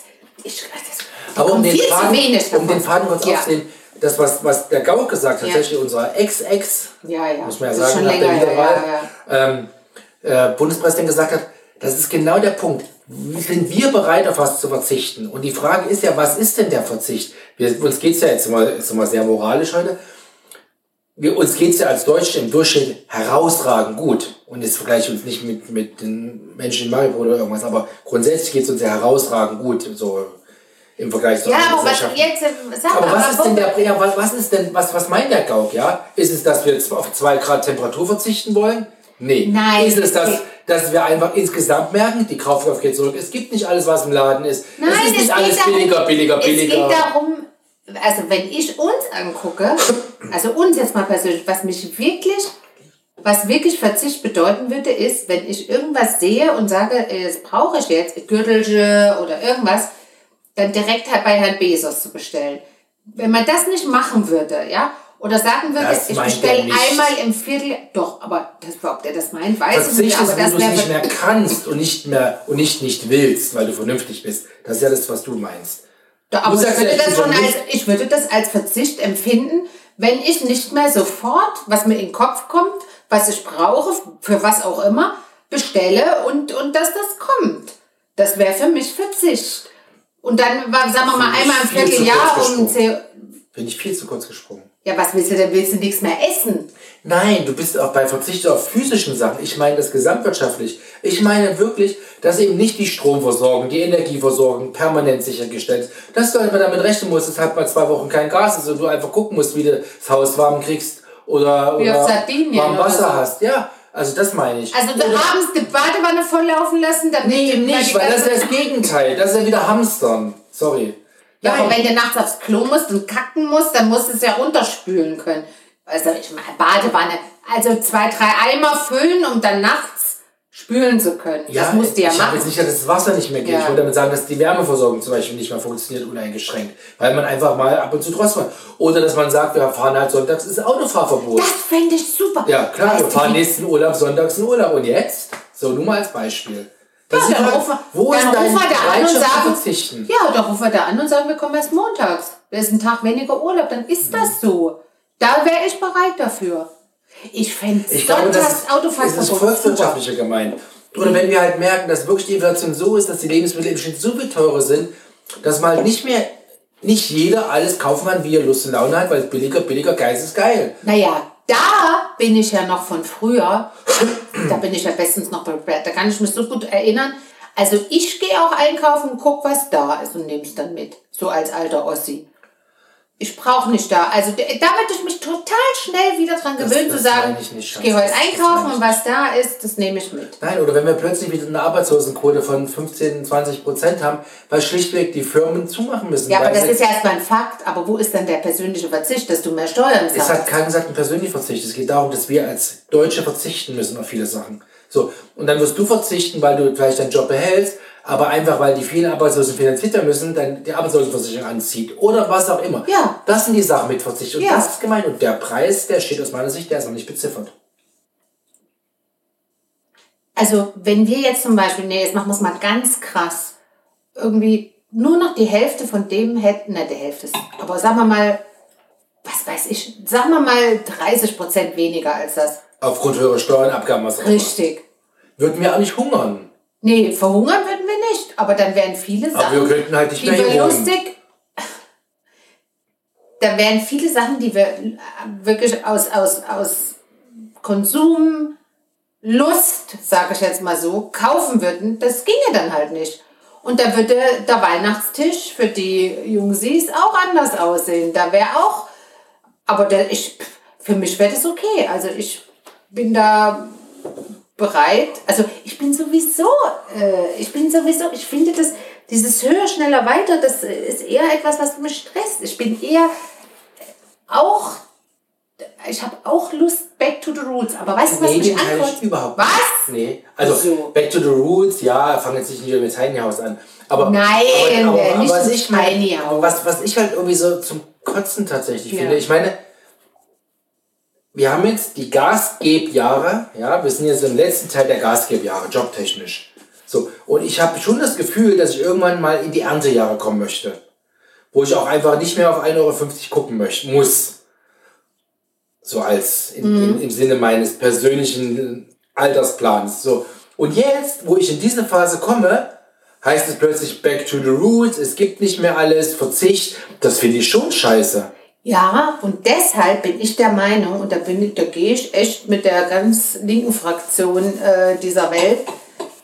ich, das
Aber um
kommt
den,
viel zu
Faden,
wenig davon.
um den Faden kurz
Ja.
aufzunehmen, das, was, was der Gauk gesagt hat,
Ja.
tatsächlich unser Ex-Ex,
Ja, ja.
muss man ja
Das
sagen,
ist schon
nach der
länger her,
Wiederwahl,
ja,
Ähm, äh, Bundespräsident gesagt hat, das ist genau der Punkt. Sind wir bereit, auf was zu verzichten? Und die Frage ist ja, was ist denn der Verzicht? Wir, uns geht's ja jetzt mal, jetzt mal sehr moralisch heute. Wir, uns geht's ja als Deutsche im Durchschnitt herausragend gut. Und jetzt vergleiche ich uns nicht mit, mit den Menschen in Maribor oder irgendwas, aber grundsätzlich geht's uns ja herausragend gut, so im Vergleich zu
Ja,
anderen
aber was
Gesellschaften.
jetzt, äh, sag
Aber
mal,
was ist denn
wo-
der, ja, was, was ist denn, was, was meint der Gauk, ja? Ist es, dass wir jetzt auf 2 Grad Temperatur verzichten wollen? Nee.
Nein.
Ist es, dass, dass wir einfach insgesamt merken, die Kaufkraft geht zurück, es gibt nicht alles, was im Laden ist.
Nein,
es ist nicht
geht
alles
darum,
billiger, billiger, billiger.
Es geht darum, also wenn ich uns angucke, also uns jetzt mal persönlich, was mich wirklich, was wirklich Verzicht bedeuten würde, ist, wenn ich irgendwas sehe und sage, äh, das brauche ich jetzt, Gürtelche oder irgendwas, dann direkt halt bei Herrn Bezos zu bestellen. Wenn man das nicht machen würde, ja, oder sagen würde,
Das
ich
meint
bestelle
er nicht.
einmal im Viertel, doch, aber das, ob der das meint, weiß ich
Verzicht
nicht, aber
ist, wenn
das
du es nicht
wäre,
mehr kannst und nicht mehr und nicht nicht willst, weil du vernünftig bist. Das ist ja das, was du meinst.
doch, aber
Du
ich
sagst
würde,
ja, ich
das
bin
schon als,
vermisst.
ich würde das als Verzicht empfinden, wenn ich nicht mehr sofort, was mir in den Kopf kommt, was ich brauche, für was auch immer, bestelle und, und dass das kommt. Das wäre für mich Verzicht. Und dann, wa- sagen wir mal,
Finde ich
einmal im
viel zu
Vierteljahr
kurz
um
gesprungen.
10
Bin ich viel zu kurz gesprungen.
Ja, was willst du denn? Willst du nichts mehr essen?
Nein, du bist auch bei Verzicht auf physischen Sachen. Ich meine das gesamtwirtschaftlich. Ich meine wirklich, dass eben nicht die Stromversorgung, die Energieversorgung permanent sichergestellt ist. Dass du einfach damit rechnen musst, dass halt mal zwei Wochen kein Gas ist und du einfach gucken musst, wie du das Haus warm kriegst oder,
Wie
oder
auf Sardinien
warm
oder
Wasser
so.
hast. Ja, also das meine ich.
Also du
Oder-
abends die Badewanne volllaufen lassen, damit
Nee,
die-
nicht,
die
weil das
ganze-
ist ja das Gegenteil. Das ist ja wieder Hamstern. Sorry.
ja,
Nein.
aber wenn du nachts aufs Klo musst und kacken musst, dann musst du es ja runterspülen können. Also ich meine, Badewanne. Also zwei, drei Eimer füllen, um dann nachts spülen zu können. das musst du ja
ich habe jetzt
machen.
nicht, dass das Wasser nicht mehr geht.
Ja.
Ich wollte damit sagen, dass die Wärmeversorgung zum Beispiel nicht mehr funktioniert, uneingeschränkt. Weil man einfach mal ab und zu trotz macht. Oder dass man sagt, wir fahren halt sonntags, ist Autofahrverbot.
Das fände ich super.
ja, klar, wir
Weißt du,
fahren
wie-
nächsten Urlaub sonntags in Urlaub. Und jetzt? So, nur mal als Beispiel. Das
Ja,
sieht
dann
halt-
rufen-
wo ist
dann
dein
rufen wir da an und
Bereitschaft zu
sagen-
verzichten?
Ja, da rufen wir da an und sagen, wir kommen erst montags. Das ist ein Tag weniger Urlaub, dann ist das
Mhm.
so. Da wäre ich bereit dafür. Ich fände
Ich glaube, das ist, das ist volkswirtschaftlicher gemeint. Oder wenn wir halt merken, dass wirklich die Inflation so ist, dass die Lebensmittel im Schnitt so viel teurer sind, dass man halt nicht mehr, nicht jeder alles kaufen kann, wie er Lust und Laune hat, weil billiger, billiger, geil ist geil.
Naja, da bin ich ja noch von früher. da bin ich ja bestens noch bei Brad. Da kann ich mich so gut erinnern. Also ich gehe auch einkaufen und guck, was da ist und nehme es dann mit. So als alter Ossi. Ich brauche nicht da. Also da da würde ich mich total schnell wieder dran gewöhnen
das
zu sagen,
meine ich nicht,
ich
Schatz.
gehe heute
Das- das
einkaufen
meine ich
und was da ist, das nehme ich mit.
Nein, oder wenn wir plötzlich wieder eine Arbeitslosenquote von 15, 20 Prozent haben, weil schlichtweg die Firmen zumachen müssen.
Ja, aber
weil
das
sie-
ist ja erstmal ein Fakt. Aber wo ist denn der persönliche Verzicht, dass du mehr Steuern
Es
zahlst?
hat keiner gesagt, ein persönlicher Verzicht. Es geht darum, dass wir als Deutsche verzichten müssen auf viele Sachen. So, und dann wirst du verzichten, weil du vielleicht deinen Job behältst, aber einfach, weil die vielen Arbeitslosen finanziert werden müssen, dann die Arbeitslosenversicherung anzieht oder was auch immer.
Ja.
Das sind die Sachen mit Verzicht. Und
Ja.
das ist gemein. Und der Preis, der steht aus meiner Sicht, der ist noch nicht beziffert.
Also, wenn wir jetzt zum Beispiel, nee, jetzt machen wir es mal ganz krass, irgendwie nur noch die Hälfte von dem hätten, ne, die Hälfte ist, aber sagen wir mal, was weiß ich, sagen wir mal 30 Prozent weniger als das.
Aufgrund höherer Steuern, Abgaben, was auch immer.
Richtig.
Würden wir auch nicht hungern.
Nee, verhungern würden wir nicht, aber dann wären viele
Aber
Sachen,
wir könnten halt nicht
die
mehr
wir
hinwohnen.
lustig, dann wären viele Sachen, die wir äh, wirklich aus, aus, aus Konsum, Lust, sage ich jetzt mal so, kaufen würden, das ginge dann halt nicht. Und da würde der Weihnachtstisch für die Jungsis auch anders aussehen. Da wäre auch, aber da ich, für mich wäre das okay. Also ich bin da bereit. Also ich bin sowieso, äh, ich bin sowieso, ich finde das, dieses höher, schneller, weiter, das äh, ist eher etwas, was mich stresst. Ich bin eher auch, ich habe auch Lust, back to the roots. Aber weißt du, was
Nee,
mich
den teile
ankotzt?
ich überhaupt
Was?
nicht. Nee. Also,
Wieso?
Back to the Roots, ja, fang jetzt nicht wieder mit Tiny House an. Aber, genau,
Nein, wer nicht
was
mit
ich meine,
Tiny House.
Was, was ich halt irgendwie so zum Kotzen tatsächlich
Ja.
finde, ich meine, wir haben jetzt die Gasgebjahre, ja, wir sind jetzt im letzten Teil der Gasgebjahre, jobtechnisch. So, und ich habe schon das Gefühl, dass ich irgendwann mal in die Erntejahre kommen möchte. Wo ich auch einfach nicht mehr auf 1,50 Euro gucken möchte, muss. So als in, in, im Sinne meines persönlichen Altersplans. So. Und jetzt, wo ich in diese Phase komme, heißt es plötzlich back to the roots, es gibt nicht mehr alles, Verzicht. Das finde ich schon scheiße.
Ja, und deshalb bin ich der Meinung, und da, bin ich, da gehe ich echt mit der ganz linken Fraktion äh, dieser Welt,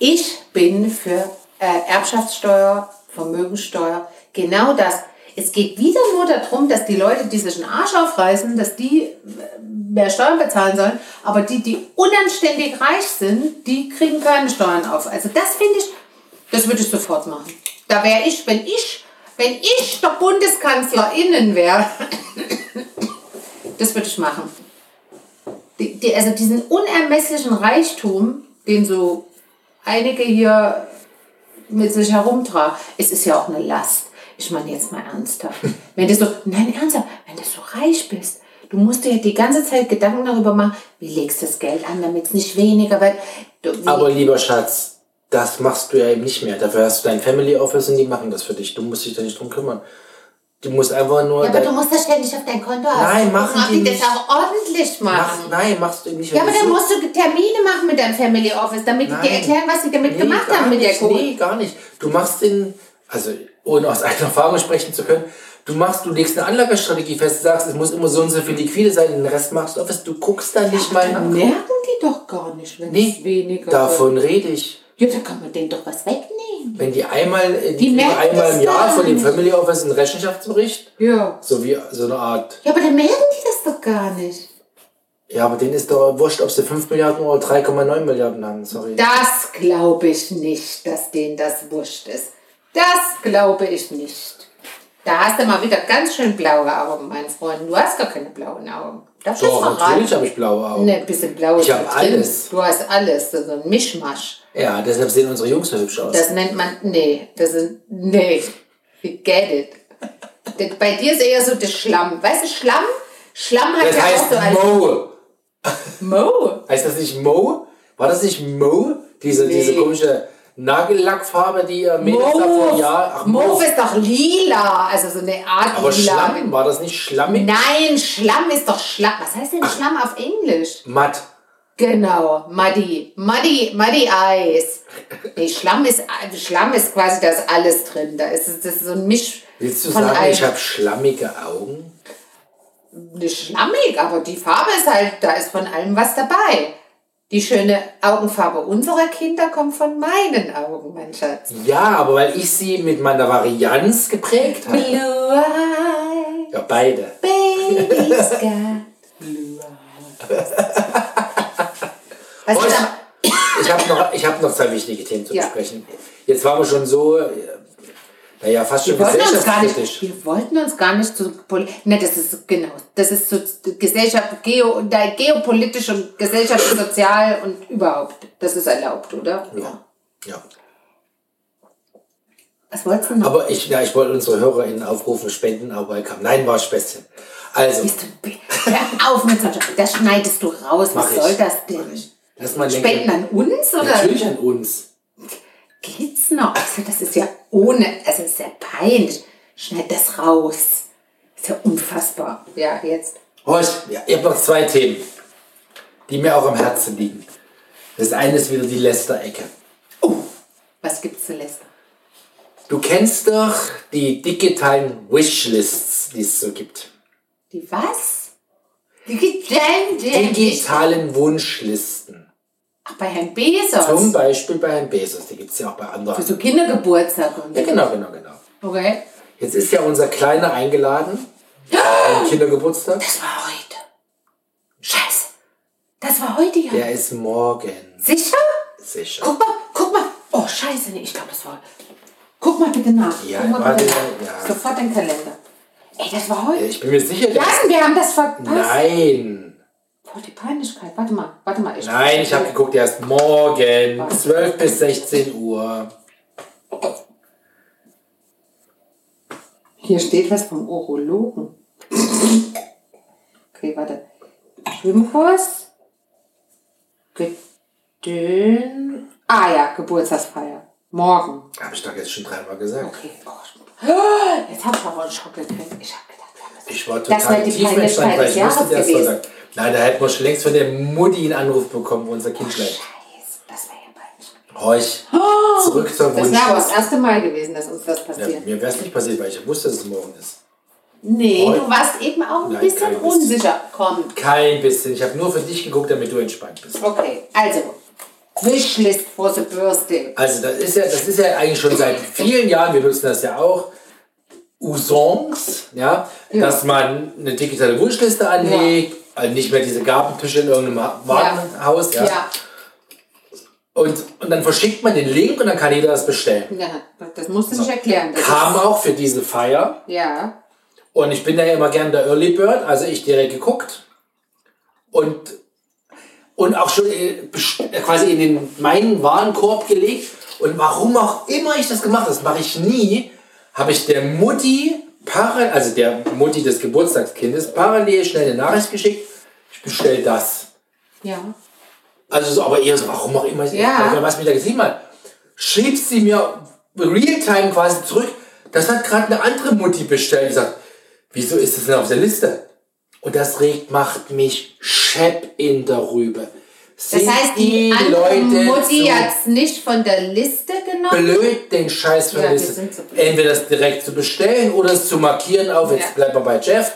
ich bin für äh, Erbschaftssteuer, Vermögenssteuer, genau das. Es geht wieder nur darum, dass die Leute, die sich einen Arsch aufreißen, dass die äh, mehr Steuern bezahlen sollen, aber die, die unanständig reich sind, die kriegen keine Steuern auf. Also das finde ich, das würde ich sofort machen. Da wäre ich, wenn ich, wenn ich der Bundeskanzlerinnen wäre, das würde ich machen. Die, die, also diesen unermesslichen Reichtum, den so einige hier mit sich herumtragen, es ist ja auch eine Last. Ich meine jetzt mal ernsthaft. Wenn du so, nein, ernsthaft, wenn du so reich bist, du musst dir die ganze Zeit Gedanken darüber machen, wie legst du das Geld an, damit es nicht weniger wird. Du, wie,
Aber lieber Schatz, das machst du ja eben nicht mehr. Dafür hast du dein Family Office und die machen das für dich. Du musst dich da nicht drum kümmern. Du musst einfach nur.
ja, aber
dein-
du musst das ständig auf dein Konto
Nein, machen
Ob
die
die das
nicht.
auch ordentlich
mach,
machen.
nein, machst du eben nicht.
ja,
wenn
aber
du
dann
so-
musst du Termine machen mit deinem Family Office, damit die dir
Nein.
erklären, was sie damit
Nee,
gemacht
gar
haben mit der
nicht,
Kohle.
Nee, gar nicht. Du machst den, also ohne aus eigener Erfahrung sprechen zu können, du machst, du legst eine Anlagestrategie fest, sagst, es muss immer so und so viel liquide sein, den Rest machst du auf, du guckst da nicht mal
Dann
nach.
merken die doch gar nicht, wenn
Nee,
es weniger
davon rede ich.
wird. Ja, dann kann man denen doch was wegnehmen.
Wenn die einmal, äh,
Die merken
einmal im
das
Jahr
gar
von dem
nicht.
Family Office einen Rechenschaftsbericht,
Ja.
so wie so eine Art,
Ja, aber dann merken die das doch gar nicht.
ja, aber denen ist doch wurscht, ob sie 5 Milliarden oder 3,9 Milliarden haben, sorry.
Das glaube ich nicht, dass denen das wurscht ist. Das glaube ich nicht. Da hast du mal wieder ganz schön blaue Augen, mein Freund. Du hast gar keine blauen Augen. Darf ich das
Doch, natürlich
verraten?
habe ich blaue Augen.
Ne, ein bisschen blau ist
Ich hab
da drin.
alles.
Du hast alles. Das ist ein Mischmasch.
Ja, deshalb sehen unsere Jungs so hübsch aus.
Das nennt man, nee, das ist, nee, forget it. Das, bei dir ist eher so der Schlamm. Weißt du, Schlamm? Schlamm hat
Das
ja auch
heißt
so als
Mo.
Mo.
Heißt das nicht Mo? War das nicht Mo? Diese,
Nee.
diese komische Nagellackfarbe, die ihr Mädels da vor
Mauve.
Jahr. Ach,
Mauve
Mauve.
ist doch lila, also so eine Art
Aber
lila.
Schlamm, war das nicht schlammig?
Nein, Schlamm ist doch Schlamm. Was heißt denn Schlamm auf Englisch?
Matt.
Genau, Muddy. Muddy, Muddy Eis. Nee, Schlamm ist, Schlamm ist quasi, da ist alles drin. Da ist, es- das ist so ein Misch
Willst du
von
sagen,
allem.
ich habe schlammige Augen?
nicht schlammig, aber die Farbe ist halt, da ist von allem was dabei. Die schöne Augenfarbe unserer Kinder kommt von meinen Augen, mein Schatz.
Ja, aber weil ich sie mit meiner Varianz geprägt habe.
Blue Eye,
Ja, beide.
Baby Sky. Blue Eye. Was
Und
ist aber,
ich habe noch, ich hab noch zwei wichtige Themen zu
Ja.
besprechen. Jetzt waren wir schon so, äh, naja, fast schon
wir wollten, uns gar
gesellschaftskritisch.
nicht, wir wollten uns gar nicht zu poli- ne, das ist genau, das ist so Gesellschaft, geo, da, geopolitisch und gesellschaftlich, sozial und überhaupt. Das ist erlaubt, oder?
Ja. ja.
Was wolltest du noch?
Aber ich, ja, ich wollte unsere HörerInnen aufrufen, spenden, aber kam. Nein, war Späßchen. Also.
Bist du bi- Hör auf mit solchen. Das schneidest du raus.
Mach
Was
ich.
soll das denn?
Lass mal denken.
Spenden an uns oder
Natürlich an uns.
geht's noch? Also das ist ja ohne, also das ist ja peinlich. Schneid das raus. Ist ja unfassbar. Ja, jetzt.
Horst, ja, ich habe noch zwei Themen, die mir auch am Herzen liegen. Das eine ist wieder die Lästerecke.
Was gibt's zuletzt?
Du kennst doch die digitalen Wishlists, die es so gibt.
Die was? Die Gedanken.
Digitalen Wunschlisten.
Ach, bei Herrn Bezos.
Zum Beispiel bei Herrn Bezos, die gibt es ja auch bei
Für
anderen.
so Kindergeburtstag und
Ja, genau, genau, genau.
Okay.
Jetzt ist ja unser Kleiner eingeladen. Am Kindergeburtstag.
Das war heute. Scheiße. Das war heute ja.
Der ist morgen.
Sicher?
Sicher.
Guck mal, guck mal. Oh, scheiße, nee, ich glaube, das war... Guck mal bitte nach.
Ja,
guck mal
warte,
bitte
ja.
Sofort den Kalender. Ey, das war heute.
Ich bin mir sicher, der
Nein, wir haben das verpasst.
Nein.
Boah, die Peinlichkeit. Warte mal, warte mal. Ich
Nein, ich habe geguckt, der ist morgen. 12 bis 16 Uhr.
Hier steht was vom Urologen. Okay, warte. Schwimmkurs. Gedön. Ah ja, Geburtstagsfeier. Morgen.
Habe ich doch jetzt schon dreimal gesagt.
Okay. Oh, jetzt habe ich aber einen Schock gekriegt. Ich habe gedacht, wir haben das
Ich war
Das
total
wäre die
tief
Peinlichkeit
entspannt, weil
des
ich wusste,
Jahres
der ist
gewesen.
Sonntag. Nein, da hätten wir schon längst von der Mutti einen Anruf bekommen, wo unser Kind bleibt.
Scheiße, das war ja peinlich.
Horch, zurück zur
Oh, Das wäre aber das
Wunschliste.
erste Mal gewesen, dass uns das
Ja,
passiert.
mir wäre es nicht passiert, weil ich wusste, dass es morgen ist.
nee,
Heute-
du warst eben auch ein
Nein,
bisschen
kein bisschen.
unsicher. Komm.
Kein bisschen. Ich habe nur für dich geguckt, damit du entspannt bist.
Okay, also. Wishlist for the birthday.
Also das ist ja, das ist ja eigentlich schon seit vielen Jahren, wir nutzen das ja auch, Usance, ja, dass man eine digitale Wunschliste anlegt, also nicht mehr diese Gabentische in irgendeinem Ha- Warenhaus, ja.
Ja,
Und, und dann verschickt man den Link und dann kann jeder das bestellen.
ja das musst du nicht erklären. Das
Kam auch für diese Feier
ist, ja.
und ich bin da ja immer gern der Early Bird, also ich direkt geguckt und, und auch schon äh, best- äh, quasi in den, meinen Warenkorb gelegt und warum auch immer ich das gemacht habe, das mache ich nie, habe ich der Mutti, parallel, also der Mutti des Geburtstagskindes, parallel schnell eine Nachricht geschickt, ich bestell das.
Ja.
Also so, aber eher so, warum auch immer,
Ja.
was mich da getrieben hat, schrieb sie mir real-time quasi zurück, das hat gerade eine andere Mutti bestellt. Ich sag, wieso ist das denn auf der Liste? Und das regt, macht mich schepp in der Rübe.
Das
Sind
heißt, die, andere Mutti
so
hat's nicht von der Liste genommen.
blöd, den Scheiß für
Ja, wir
Liste.
sind so blöd.
Entweder das direkt zu bestellen oder es zu markieren auf, jetzt
Ja.
bleibt man bei Jeff,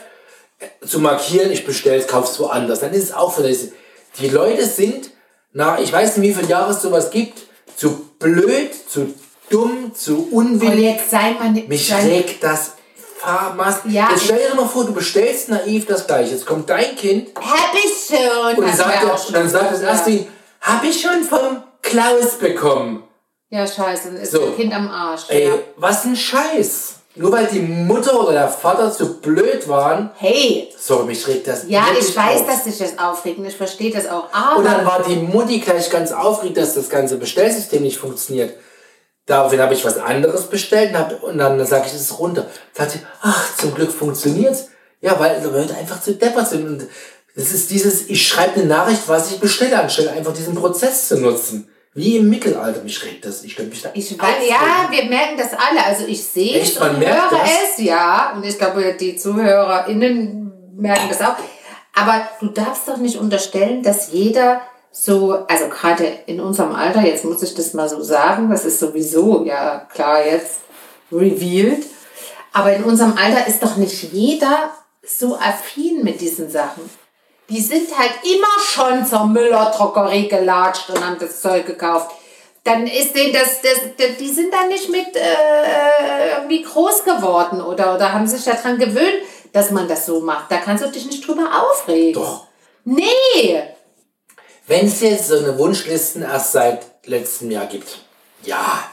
äh, zu markieren, ich bestell's, kauf's woanders. Dann ist es auch für die Liste. Die Leute sind, na, ich weiß nicht, wie viel Jahre es sowas gibt, zu blöd, zu dumm, zu
Und
unwillig.
jetzt sei mal nicht.
Mich
sei-
regt das Fahrmaß.
Ja,
jetzt stell
ich-
dir mal vor, du bestellst naiv das gleiche. Jetzt kommt dein Kind
Happy soon.
und,
hatten
sagt,
wir
er-
auch schon.
und dann sagt das erste,
ja.
Kind, hab ich schon vom Klaus bekommen.
ja, scheiße, dann ist
So.
ein Kind am Arsch.
Ey,
ja.
was ein Scheiß. Nur weil die Mutter oder der Vater zu blöd waren,
Hey,
sorry, mich regt das
ja,
wirklich
ich weiß,
auf.
dass dich das aufregt und ich verstehe das auch. Aber
Und dann war die Mutti gleich ganz aufgeregt, dass das ganze Bestellsystem nicht funktioniert. Daraufhin habe ich was anderes bestellt und, hab, und dann sage ich, es ist runter. Sagt sie, ach, zum Glück funktioniert's. Ja, weil die Leute einfach zu deppert sind. Und das ist dieses, ich schreibe eine Nachricht, was ich bestelle, anstelle einfach diesen Prozess zu nutzen. Wie im Mittelalter. Mich regt das. Ich könnte mich da
Ich weiß, ja, wir merken das alle. Also ich sehe es
Echt? Man
und
merkt
höre
das?
es, ja. Und ich glaube, die ZuhörerInnen merken das auch. Aber du darfst doch nicht unterstellen, dass jeder so, also gerade in unserem Alter, jetzt muss ich das mal so sagen, das ist sowieso, ja klar, jetzt revealed. Aber in unserem Alter ist doch nicht jeder so affin mit diesen Sachen. Die sind halt immer schon zur Müller-Drogerie gelatscht und haben das Zeug gekauft. Dann ist denen das, das, das die sind dann nicht mit äh, irgendwie groß geworden oder, oder haben sich daran gewöhnt, dass man das so macht. Da kannst du dich nicht drüber aufregen.
Doch.
Nee!
Wenn es jetzt so eine Wunschlisten erst seit letztem Jahr gibt. Ja.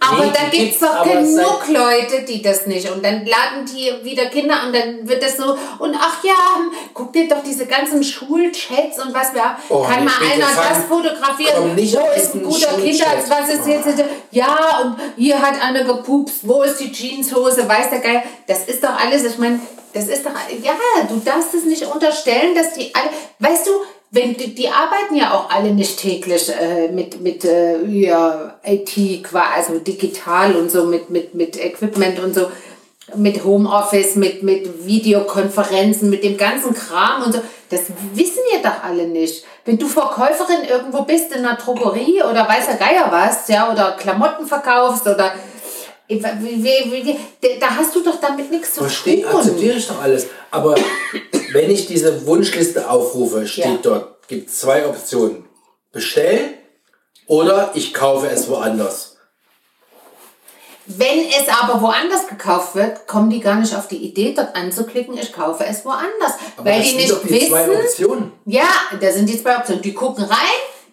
Aber
Nee,
da
die gibt's,
gibt's doch
aber
genug Leute, die das nicht. Und dann laden die wieder Kinder an, dann wird das so. Und ach ja, hm, guck dir doch diese ganzen Schulchats und was wir haben.
Oh,
Kann
nee,
mal
bitte
einer
fang-
das fotografieren?
komm nicht
Wo
auf
ist ein
diesen
guter
Schulchat.
Kinderarzt? Was ist jetzt? hinter- Ja, und hier hat einer gepupst. Wo ist die Jeanshose? Weiß der Geil. Das ist doch alles. Ich meine, das ist doch. Ja, du darfst es nicht unterstellen, dass die alle. Weißt du, wenn die, die arbeiten ja auch alle nicht täglich äh, mit, mit äh, ja, IT, qua- also digital und so, mit, mit, mit Equipment und so, mit Homeoffice, mit, mit Videokonferenzen, mit dem ganzen Kram und so. Das wissen ja doch alle nicht. Wenn du Verkäuferin irgendwo bist in einer Drogerie oder weiß der Geier was, ja, oder Klamotten verkaufst oder. Wie- wie- wie- wie- Da hast du doch damit nichts zu
Verstehe, also
tun.
akzeptiere ich doch alles. Aber wenn ich diese Wunschliste aufrufe, steht
Ja.
dort, gibt zwei Optionen. Bestellen oder ich kaufe es woanders.
Wenn es aber woanders gekauft wird, kommen die gar nicht auf die Idee, dort anzuklicken, ich kaufe es woanders.
Aber
weil
das
die
sind
nicht
doch die zwei
wissen.
Optionen.
Ja, da sind die zwei Optionen. Die gucken rein,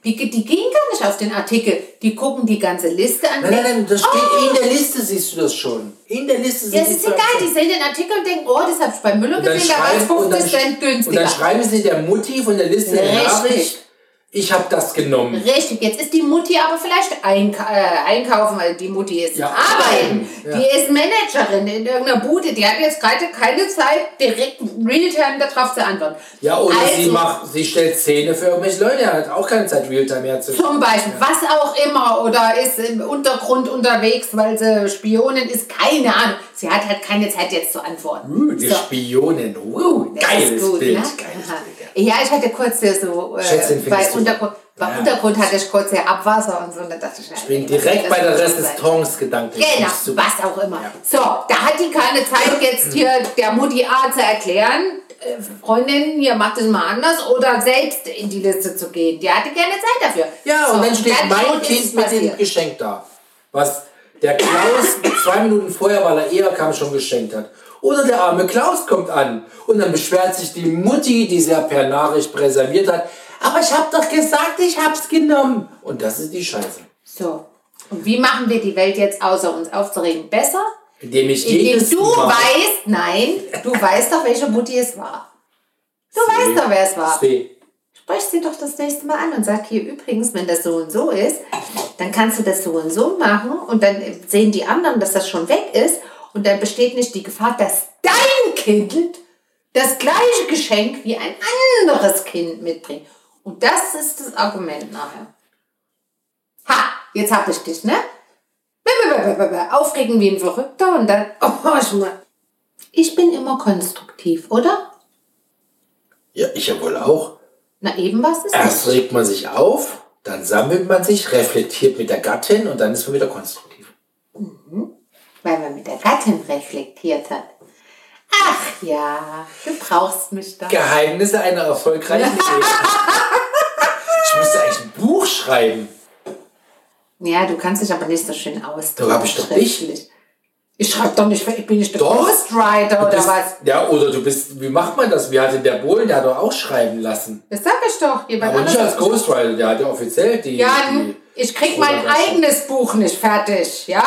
die, die gehen gar nicht auf den Artikel. Die gucken die ganze Liste an.
Nein, nein, nein, das steht in der Liste, siehst du das schon. In der Liste sind
Oh. Ja, es ist
zwei
egal, die
Optionen.
sehen den Artikel und denken, oh, das habe ich bei Müller
Und dann,
gesehen, da war es
schreiben, und, dann,
50
sch-
Cent
und
günstiger.
dann schreiben sie der Mutti von der Liste eine
Richtig.
Nachricht, ich habe das genommen.
Richtig, jetzt ist die Mutti aber vielleicht einka äh, einkaufen, weil die Mutti ist
Ja.
arbeiten.
Ja.
Die ist Managerin in irgendeiner Bude. Die hat jetzt gerade keine Zeit, direkt Realtime darauf zu antworten.
Ja, oder
Also,
sie macht, sie stellt Szene für irgendwelche Leute, er hat auch keine Zeit, Realtime herzustellen.
Zum Beispiel, was auch immer, oder ist im Untergrund unterwegs, weil sie Spionin ist, keine Ahnung. Sie hat halt keine Zeit jetzt zu antworten.
Uh, die Spionin, uh,
Das
geiles
ist gut,
Bild,
ne?
geiles
Aha.
Bild. Ja.
Ja, ich hatte kurz hier so, äh,
Schätzchen, findest
bei
du.
Untergrund, bei
Ja.
Untergrund hatte ich kurz hier Abwasser und so, und da dachte ich, ich
Bin direkt bei der Resistanz gedanklich.
Genau,
Nicht so-
was auch immer.
Ja.
So, da hat die keine Zeit, jetzt hier der Mutti A zu erklären, äh, Freundin, hier macht es mal anders, oder selbst in die Liste zu gehen. Die hatte keine Zeit dafür.
Ja,
so,
und dann steht mein
ist es
Kind mit dem
passiert.
Geschenk da. Was der Klaus zwei Minuten vorher, weil er eher kam, schon geschenkt hat. Oder der arme Klaus kommt an und dann beschwert sich die Mutti, die sehr per Nachricht präserviert hat. Aber ich hab doch gesagt, ich hab's genommen. Und das ist die Scheiße.
So, und wie machen wir die Welt jetzt, außer uns aufzuregen, besser?
Indem ich
Indem
jedes
du
Mal
weißt, nein, du weißt doch, welche Mutti es war. Du
sehe-
weißt doch, wer es war.
sehe,
Sprich sie doch das nächste Mal an und sag hier übrigens, wenn das so und so ist, dann kannst du das so und so machen und dann sehen die anderen, dass das schon weg ist und dann besteht nicht die Gefahr, dass dein Kind das gleiche Geschenk wie ein anderes Kind mitbringt. Und das ist das Argument nachher. Ha, jetzt hab ich dich, ne? Bäh, bäh, bäh, bäh, bäh. Aufregen wie ein Verrückter und dann... Oh, ich mal. Ich bin immer konstruktiv, oder?
Ja, ich ja wohl auch.
Na eben, was ist das?
Erst regt man sich auf, dann sammelt man sich, reflektiert mit der Gattin und dann ist man wieder konstruktiv.
Weil man mit der Gattin reflektiert hat. Ach ja, du brauchst mich da.
Geheimnisse einer erfolgreichen Ehe. Ich müsste eigentlich ein Buch schreiben.
Ja, du kannst dich aber nicht so schön ausdrücken.
Da hab ich doch nicht.
schriftlich. Ich schreibe doch nicht, ich bin nicht der
Doch.
Ghostwriter
Du
oder
bist-
was.
Ja, oder du bist, wie macht man das? Wie hatte der Bohlen, der hat doch auch schreiben lassen.
Das sag ich doch. Jemand
Aber nicht als
anderes.
Ghostwriter, der hat ja offiziell die.
Jan,
die
ich krieg mein
Oder was?
eigenes Buch nicht fertig, ja?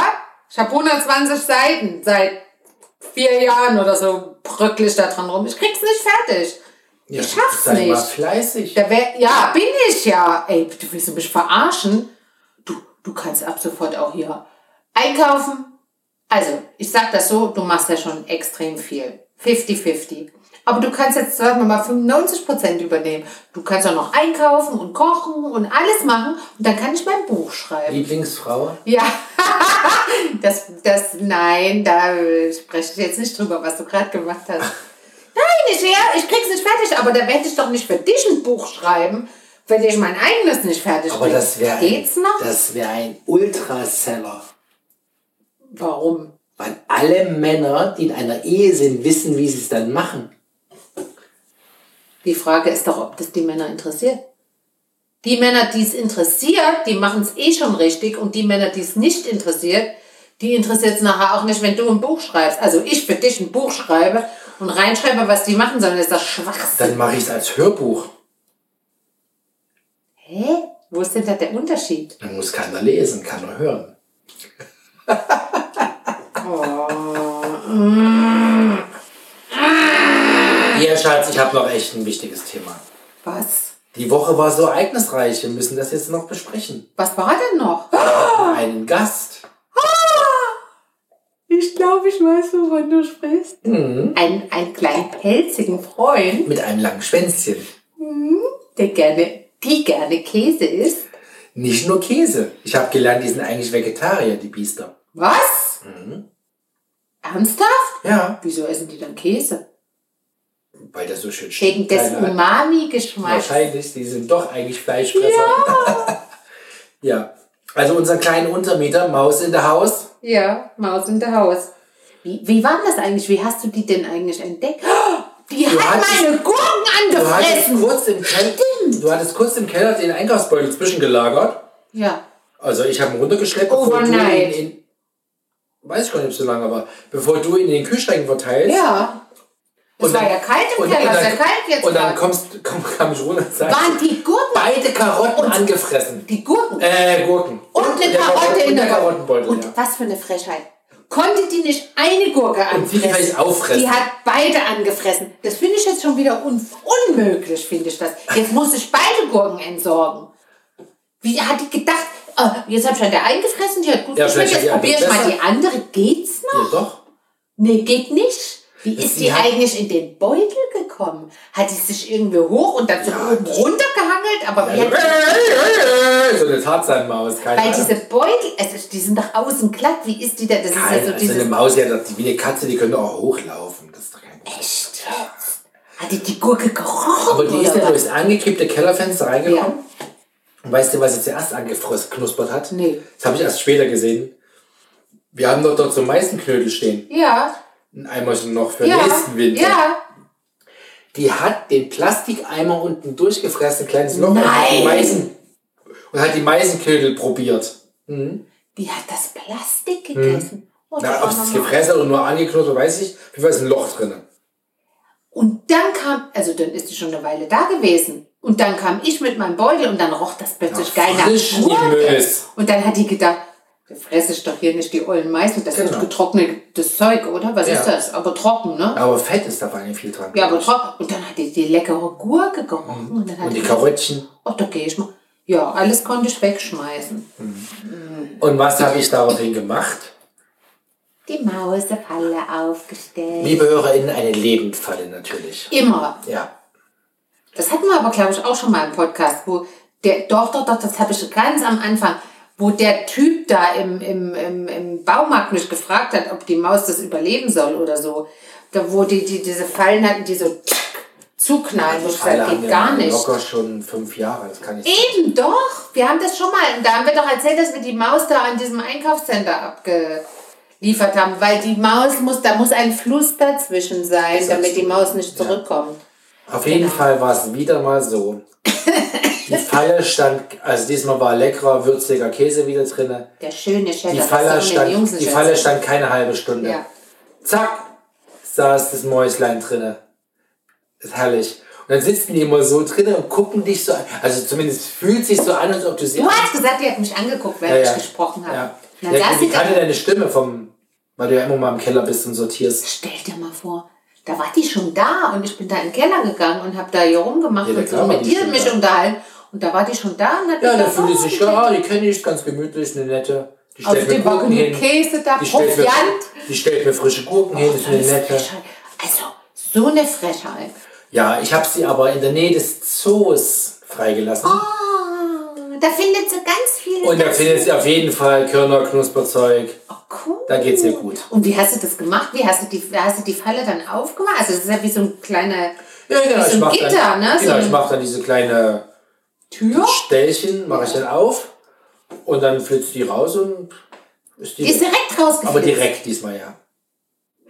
Ich habe 120 Seiten seit vier Jahren oder so bröcklich da dran rum. Ich krieg's nicht fertig.
ja,
ich schaff's
sei mal
nicht.
fleißig.
Da wär, ja, bin ich ja. Ey, du willst du mich verarschen? Du, du kannst ab sofort auch hier einkaufen. Also, ich sag das so, du machst ja schon extrem viel. 50-50. Aber du kannst jetzt, sagen wir mal, 95% übernehmen. Du kannst auch noch einkaufen und kochen und alles machen. Und dann kann ich mein Buch schreiben.
Lieblingsfrau?
Ja, das, das, nein, da äh, spreche ich jetzt nicht drüber, was du gerade gemacht hast. Nein, ich, ja, ich krieg's nicht fertig, aber da werde ich doch nicht für dich ein Buch schreiben, wenn ich mein eigenes nicht fertig
Aber
krieg.
das wäre ein,
Geht's noch?
das wäre ein Ultraseller.
Warum?
Weil alle Männer, die in einer Ehe sind, wissen, wie sie es dann machen.
Die Frage ist doch, ob das die Männer interessiert. Die Männer, die es interessiert, die machen es eh schon richtig und die Männer, die es nicht interessiert, die interessiert es nachher auch nicht, wenn du ein Buch schreibst. Also ich für dich ein Buch schreibe und reinschreibe, was die machen sollen, ist das Schwachsinn.
Dann mache ich es als Hörbuch.
Hä? Wo ist denn da der Unterschied?
Dann muss keiner lesen, kann nur hören. Oh. Ja, Schatz, ich habe noch echt ein wichtiges Thema.
Was?
Die Woche war so ereignisreich, wir müssen das jetzt noch besprechen.
Was war denn noch?
Einen Gast.
Ich glaube, ich weiß, wovon du sprichst.
Mhm.
Ein, einen kleinen pelzigen Freund,
Mit einem langen Schwänzchen.
der gerne, die gerne Käse isst.
Nicht nur Käse. Ich habe gelernt, die sind eigentlich Vegetarier, die Biester.
Was?
Mhm.
Ernsthaft?
Ja,
Wieso essen die dann Käse?
weil das so schön
Wegen des
Keine Ahnung.
Umami-Geschmacks.
Wahrscheinlich, die sind doch eigentlich Fleischfresser. Ja. ja. Also unser kleinen Untermieter, Maus in der Haus.
Ja, Maus in der Haus. Wie, wie war denn das eigentlich? Wie hast du die denn eigentlich entdeckt? Oh, Die hat
hattest-
meine Gurken
Du hattest,
angefressen.
kurz im Kel- du hattest kurz im Keller den Einkaufsbeutel zwischengelagert.
Ja,
Also ich habe ihn runtergeschleppt.
Overnight.
du ihn in, weiß ich gar nicht, ob es so lange war. Bevor du ihn in den Kühlschränken verteilst.
Ja. Es war ja kalt im
und-
Keller,
und
es ist ja
dann-
kalt jetzt.
Und dann
gerade.
kommst, komm, kam ich runter und sagst,
waren die Gurken,
beide Karotten angefressen.
die Gurken
Äh, Gurken.
und eine
der
Karotte
Karot-
in
und der
der
Karottenbeutel.
Und
ja.
was für eine Frechheit. Konnte die nicht eine Gurke
Und die
anfressen?
vielleicht auffressen.
Die hat beide angefressen. Das finde ich jetzt schon wieder un unmöglich, finde ich das. Jetzt muss ich beide Gurken entsorgen. Wie hat die gedacht, äh, jetzt habe ich an der einen gefressen, die hat gut
Ja,
geschmeckt,
vielleicht
jetzt
hat die
probiere ich
andere
mal die andere. Geht's noch?
Ja, doch.
Nee, geht nicht. Wie ist
Sie
die
hat-
eigentlich in den Beutel gekommen? Hat die sich irgendwie hoch und dann so
Ja,
oben
das-
runtergehangelt? Aber wie
Ja,
hat die,
die- Also, so eine Tarzanmaus, keine
weil
Ahnung.
diese Beutel, also die sind nach außen glatt. Wie ist die da? Das ist
Nein,
ja so
also eine
dieses...
Maus, ja, das- wie eine Katze, die können auch hochlaufen. Das ist doch kein Problem.
Echt jetzt? Hat die die Gurke gerochen?
Aber die ist ja
oder
durchs angekippte Kellerfenster reingekommen.
Ja.
Und weißt du, was sie zuerst angeknuspert hat?
Nee.
Das habe ich erst später gesehen. Wir haben doch dort so Meißenknödel stehen.
Ja,
Ein Eimerchen noch für
ja,
nächsten Winter.
ja.
Die hat den Plastikeimer unten durchgefressen, ein kleines Loch. Und hat die
Nein!
Meisen, und hat die Meisenknödel probiert.
Die hat das Plastik gegessen. Und,
Hm. Na,
das
ob
auch
sie es
noch mal-
gefressen hat oder nur angeknuspert, weiß ich. Auf jeden Fall ist ein Loch drin.
und dann kam, also dann ist die schon eine Weile da gewesen. Und dann kam ich mit meinem Beutel und dann roch das plötzlich
Ja,
geil nach
frisch, die
Gurke.
Mös.
Und dann hat die gedacht, da fresse ich doch hier nicht die ollen Meißen, das ist
Genau.
getrocknetes Zeug, oder? Was
Ja.
ist das? Aber trocken, ne?
Aber Fett ist da vor allem viel dran.
Ja, aber trocken. Und dann hat die die leckere Gurke gerochen. Und, dann hat
Mhm. Und
die
die Karottchen.
Oh, da gehe ich mal. Ja, alles konnte ich wegschmeißen.
Und was habe ich daraufhin gemacht?
Die Mausefalle aufgestellt.
Liebe HörerInnen, eine Lebendfalle natürlich.
Immer.
Ja.
Das hatten wir aber, glaube ich, auch schon mal im Podcast, wo der, doch, doch, doch, das habe ich ganz am Anfang, wo der Typ da im, im, im, im Baumarkt mich gefragt hat, ob die Maus das überleben soll oder so. Da, wo die, die diese Fallen hatten, die so tschack zuknallen, wo ich
Alle
gesagt
haben
geht
wir
gar nicht.
locker schon fünf Jahre, das kann ich
Eben doch, wir haben das schon mal, da haben wir doch erzählt, dass wir die Maus da an diesem Einkaufscenter abgeliefert haben, weil die Maus muss, da muss ein Fluss dazwischen sein,
Das
damit
sagst
die
du.
Maus nicht
Ja.
zurückkommt.
Auf jeden Fall war es wieder mal so. Die Falle stand, also diesmal war leckerer, würziger Käse wieder drin.
Der schöne Cheddar,
Die
das
Falle,
sagen wir den Jungs
stand, die
nicht
Falle
erzählen.
stand keine halbe Stunde.
Ja.
Zack, saß das Mäuslein drinne. Ist herrlich. Und dann sitzen die immer so drinnen und gucken dich so an. Also zumindest fühlt sich so an, als ob du sie
Du hast gesagt, die hat mich angeguckt, während ich gesprochen habe.
Ja.
Und Dann
ja,
saß
die
sie da.
kannte deine Stimme vom, weil du ja immer mal im Keller bist und sortierst.
Stell dir mal vor, da war die schon da und ich bin da in den Keller gegangen und habe da hier rumgemacht
Ja, da
und so
klar war
mit
die
dir
schon
mich
da.
unterhalten. Und da war die schon da und hat
Ja, da
gesagt,
fühlt die
oh,
sich,
die
ja,
kennt-
die kenne ich, ganz gemütlich, eine nette. Die stellt mir
Außerdem war
Gurken hin.
genug Käse da,
Die stellt, mir,
Proviant.
die stellt mir frische Gurken hin, ist eine
Alles
nette.
Frechheit. Also, so eine Frechheit.
Ja, ich habe sie aber in der Nähe des Zoos freigelassen.
Ah, da findet sie ganz viele.
und da
ganz
findet sie auf jeden Fall Körner, Knusperzeug.
Oh, cool.
Da geht's ihr gut.
Und wie hast du das gemacht? Wie hast du die, hast du die Falle dann aufgemacht? Also, es ist ja wie so ein kleiner
Ja, genau,
Wie so
ich
ein
mache
Gitter,
dann,
ne? So
genau, ich
ein-
mach dann diese kleine
Tür.
Stellchen, mache ich dann auf und dann flitzt die raus und ist die.
Die ist
weg.
direkt rausgeflogen.
aber direkt diesmal, ja.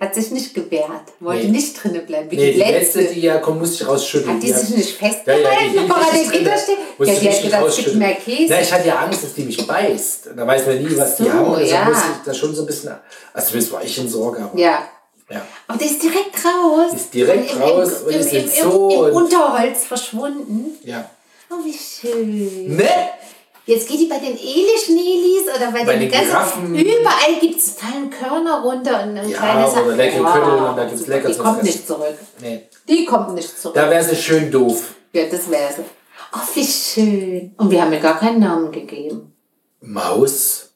Hat sich nicht gewehrt. Wollte
Nee.
nicht drinnen bleiben. Wie
Nee,
die letzte.
die ja kommt, musste ich rausschütteln.
Hat die sich nicht
Ja, ja,
festgehalten,
die
obwohl
hielt
er
sich
der Gitter
drin.
steht?
Musste
Ja, die
mich nicht
hat gedacht, es gibt
rausschütteln.
mehr Käse.
Na, ich hatte ja Angst, dass die mich beißt. Da weiß man nie, was die
so,
haben. Und deshalb
ja.
musste ich da schon so ein bisschen. Also zumindest war ich in Sorge. Aber,
Ja.
ja.
Aber der ist direkt raus.
Ist direkt
Im- im-
raus und
im,
ist
im,
jetzt
im,
so
im
und-
Unterholz verschwunden.
ja.
Oh, wie schön.
Ne?
Jetzt geht die bei den Elischnelis oder bei,
Bei
den,
den
ganzen.
Giraffen.
Überall gibt's fallen Körner runter und, und
Ja,
kleine Sachen.
oder leckere
Wow.
Köttel und da gibt's lecker
Die
zu
kommt
fressen.
nicht zurück.
Nee.
Die kommt nicht zurück.
Da wäre sie schön doof.
Ja, das wäre sie. Oh, wie schön. Und wir haben ihr gar keinen Namen gegeben.
Maus.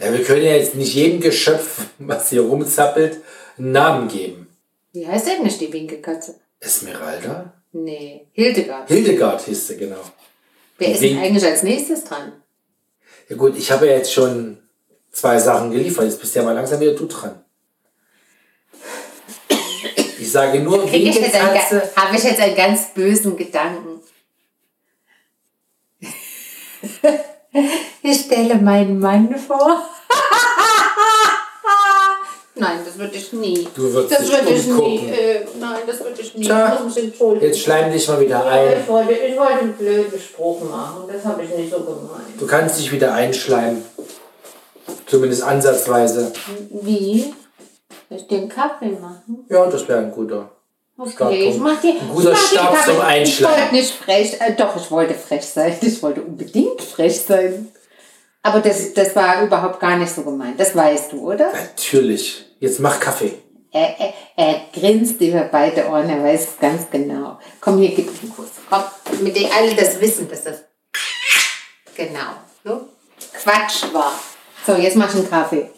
Ja, wir können ja jetzt nicht jedem Geschöpf, was hier rumzappelt, einen Namen geben.
Wie heißt eigentlich die Winkelkatze?
Esmeralda?
Nee, Hildegard.
Hildegard hieß sie, genau.
Wer ist
Win-
denn eigentlich als nächstes dran?
Ja gut, ich habe ja jetzt schon zwei Sachen geliefert. Jetzt bist ja mal langsam wieder du dran. Ich sage nur
Krieg ich jetzt einen,
Winkelkatze.
ga- Hab ich jetzt einen ganz bösen Gedanken. ich stelle meinen Mann vor. nein, das würde ich nie.
Du würdest
das
dich
würde ich nie.
umgucken.
Äh, nein, das würde ich nie.
Tja,
ich muss mich entschuldigen.
Jetzt schleim dich mal wieder ein.
ich, wollte, ich wollte einen blöden Spruch machen. Das habe ich nicht so gemeint.
Du kannst dich wieder einschleimen. Zumindest ansatzweise.
Wie? Soll ich den Kaffee machen?
Ja, das wäre ein guter.
Okay,
Startpunkt.
ich mach dir.
Ein guter
ich mach dir
Start
Kaffee.
zum Einschlafen.
Ich wollte nicht frech, äh, doch, ich wollte frech sein. Ich wollte unbedingt frech sein. Aber das, das war überhaupt gar nicht so gemeint. Das weißt du, oder?
Natürlich. Jetzt mach Kaffee.
Er, er, er grinst über beide Ohren, er weiß es ganz genau. Komm, hier, gib einen Kuss. Komm, mit denen alle das wissen, dass das. Genau. So? Quatsch war. So, jetzt mach ich einen Kaffee.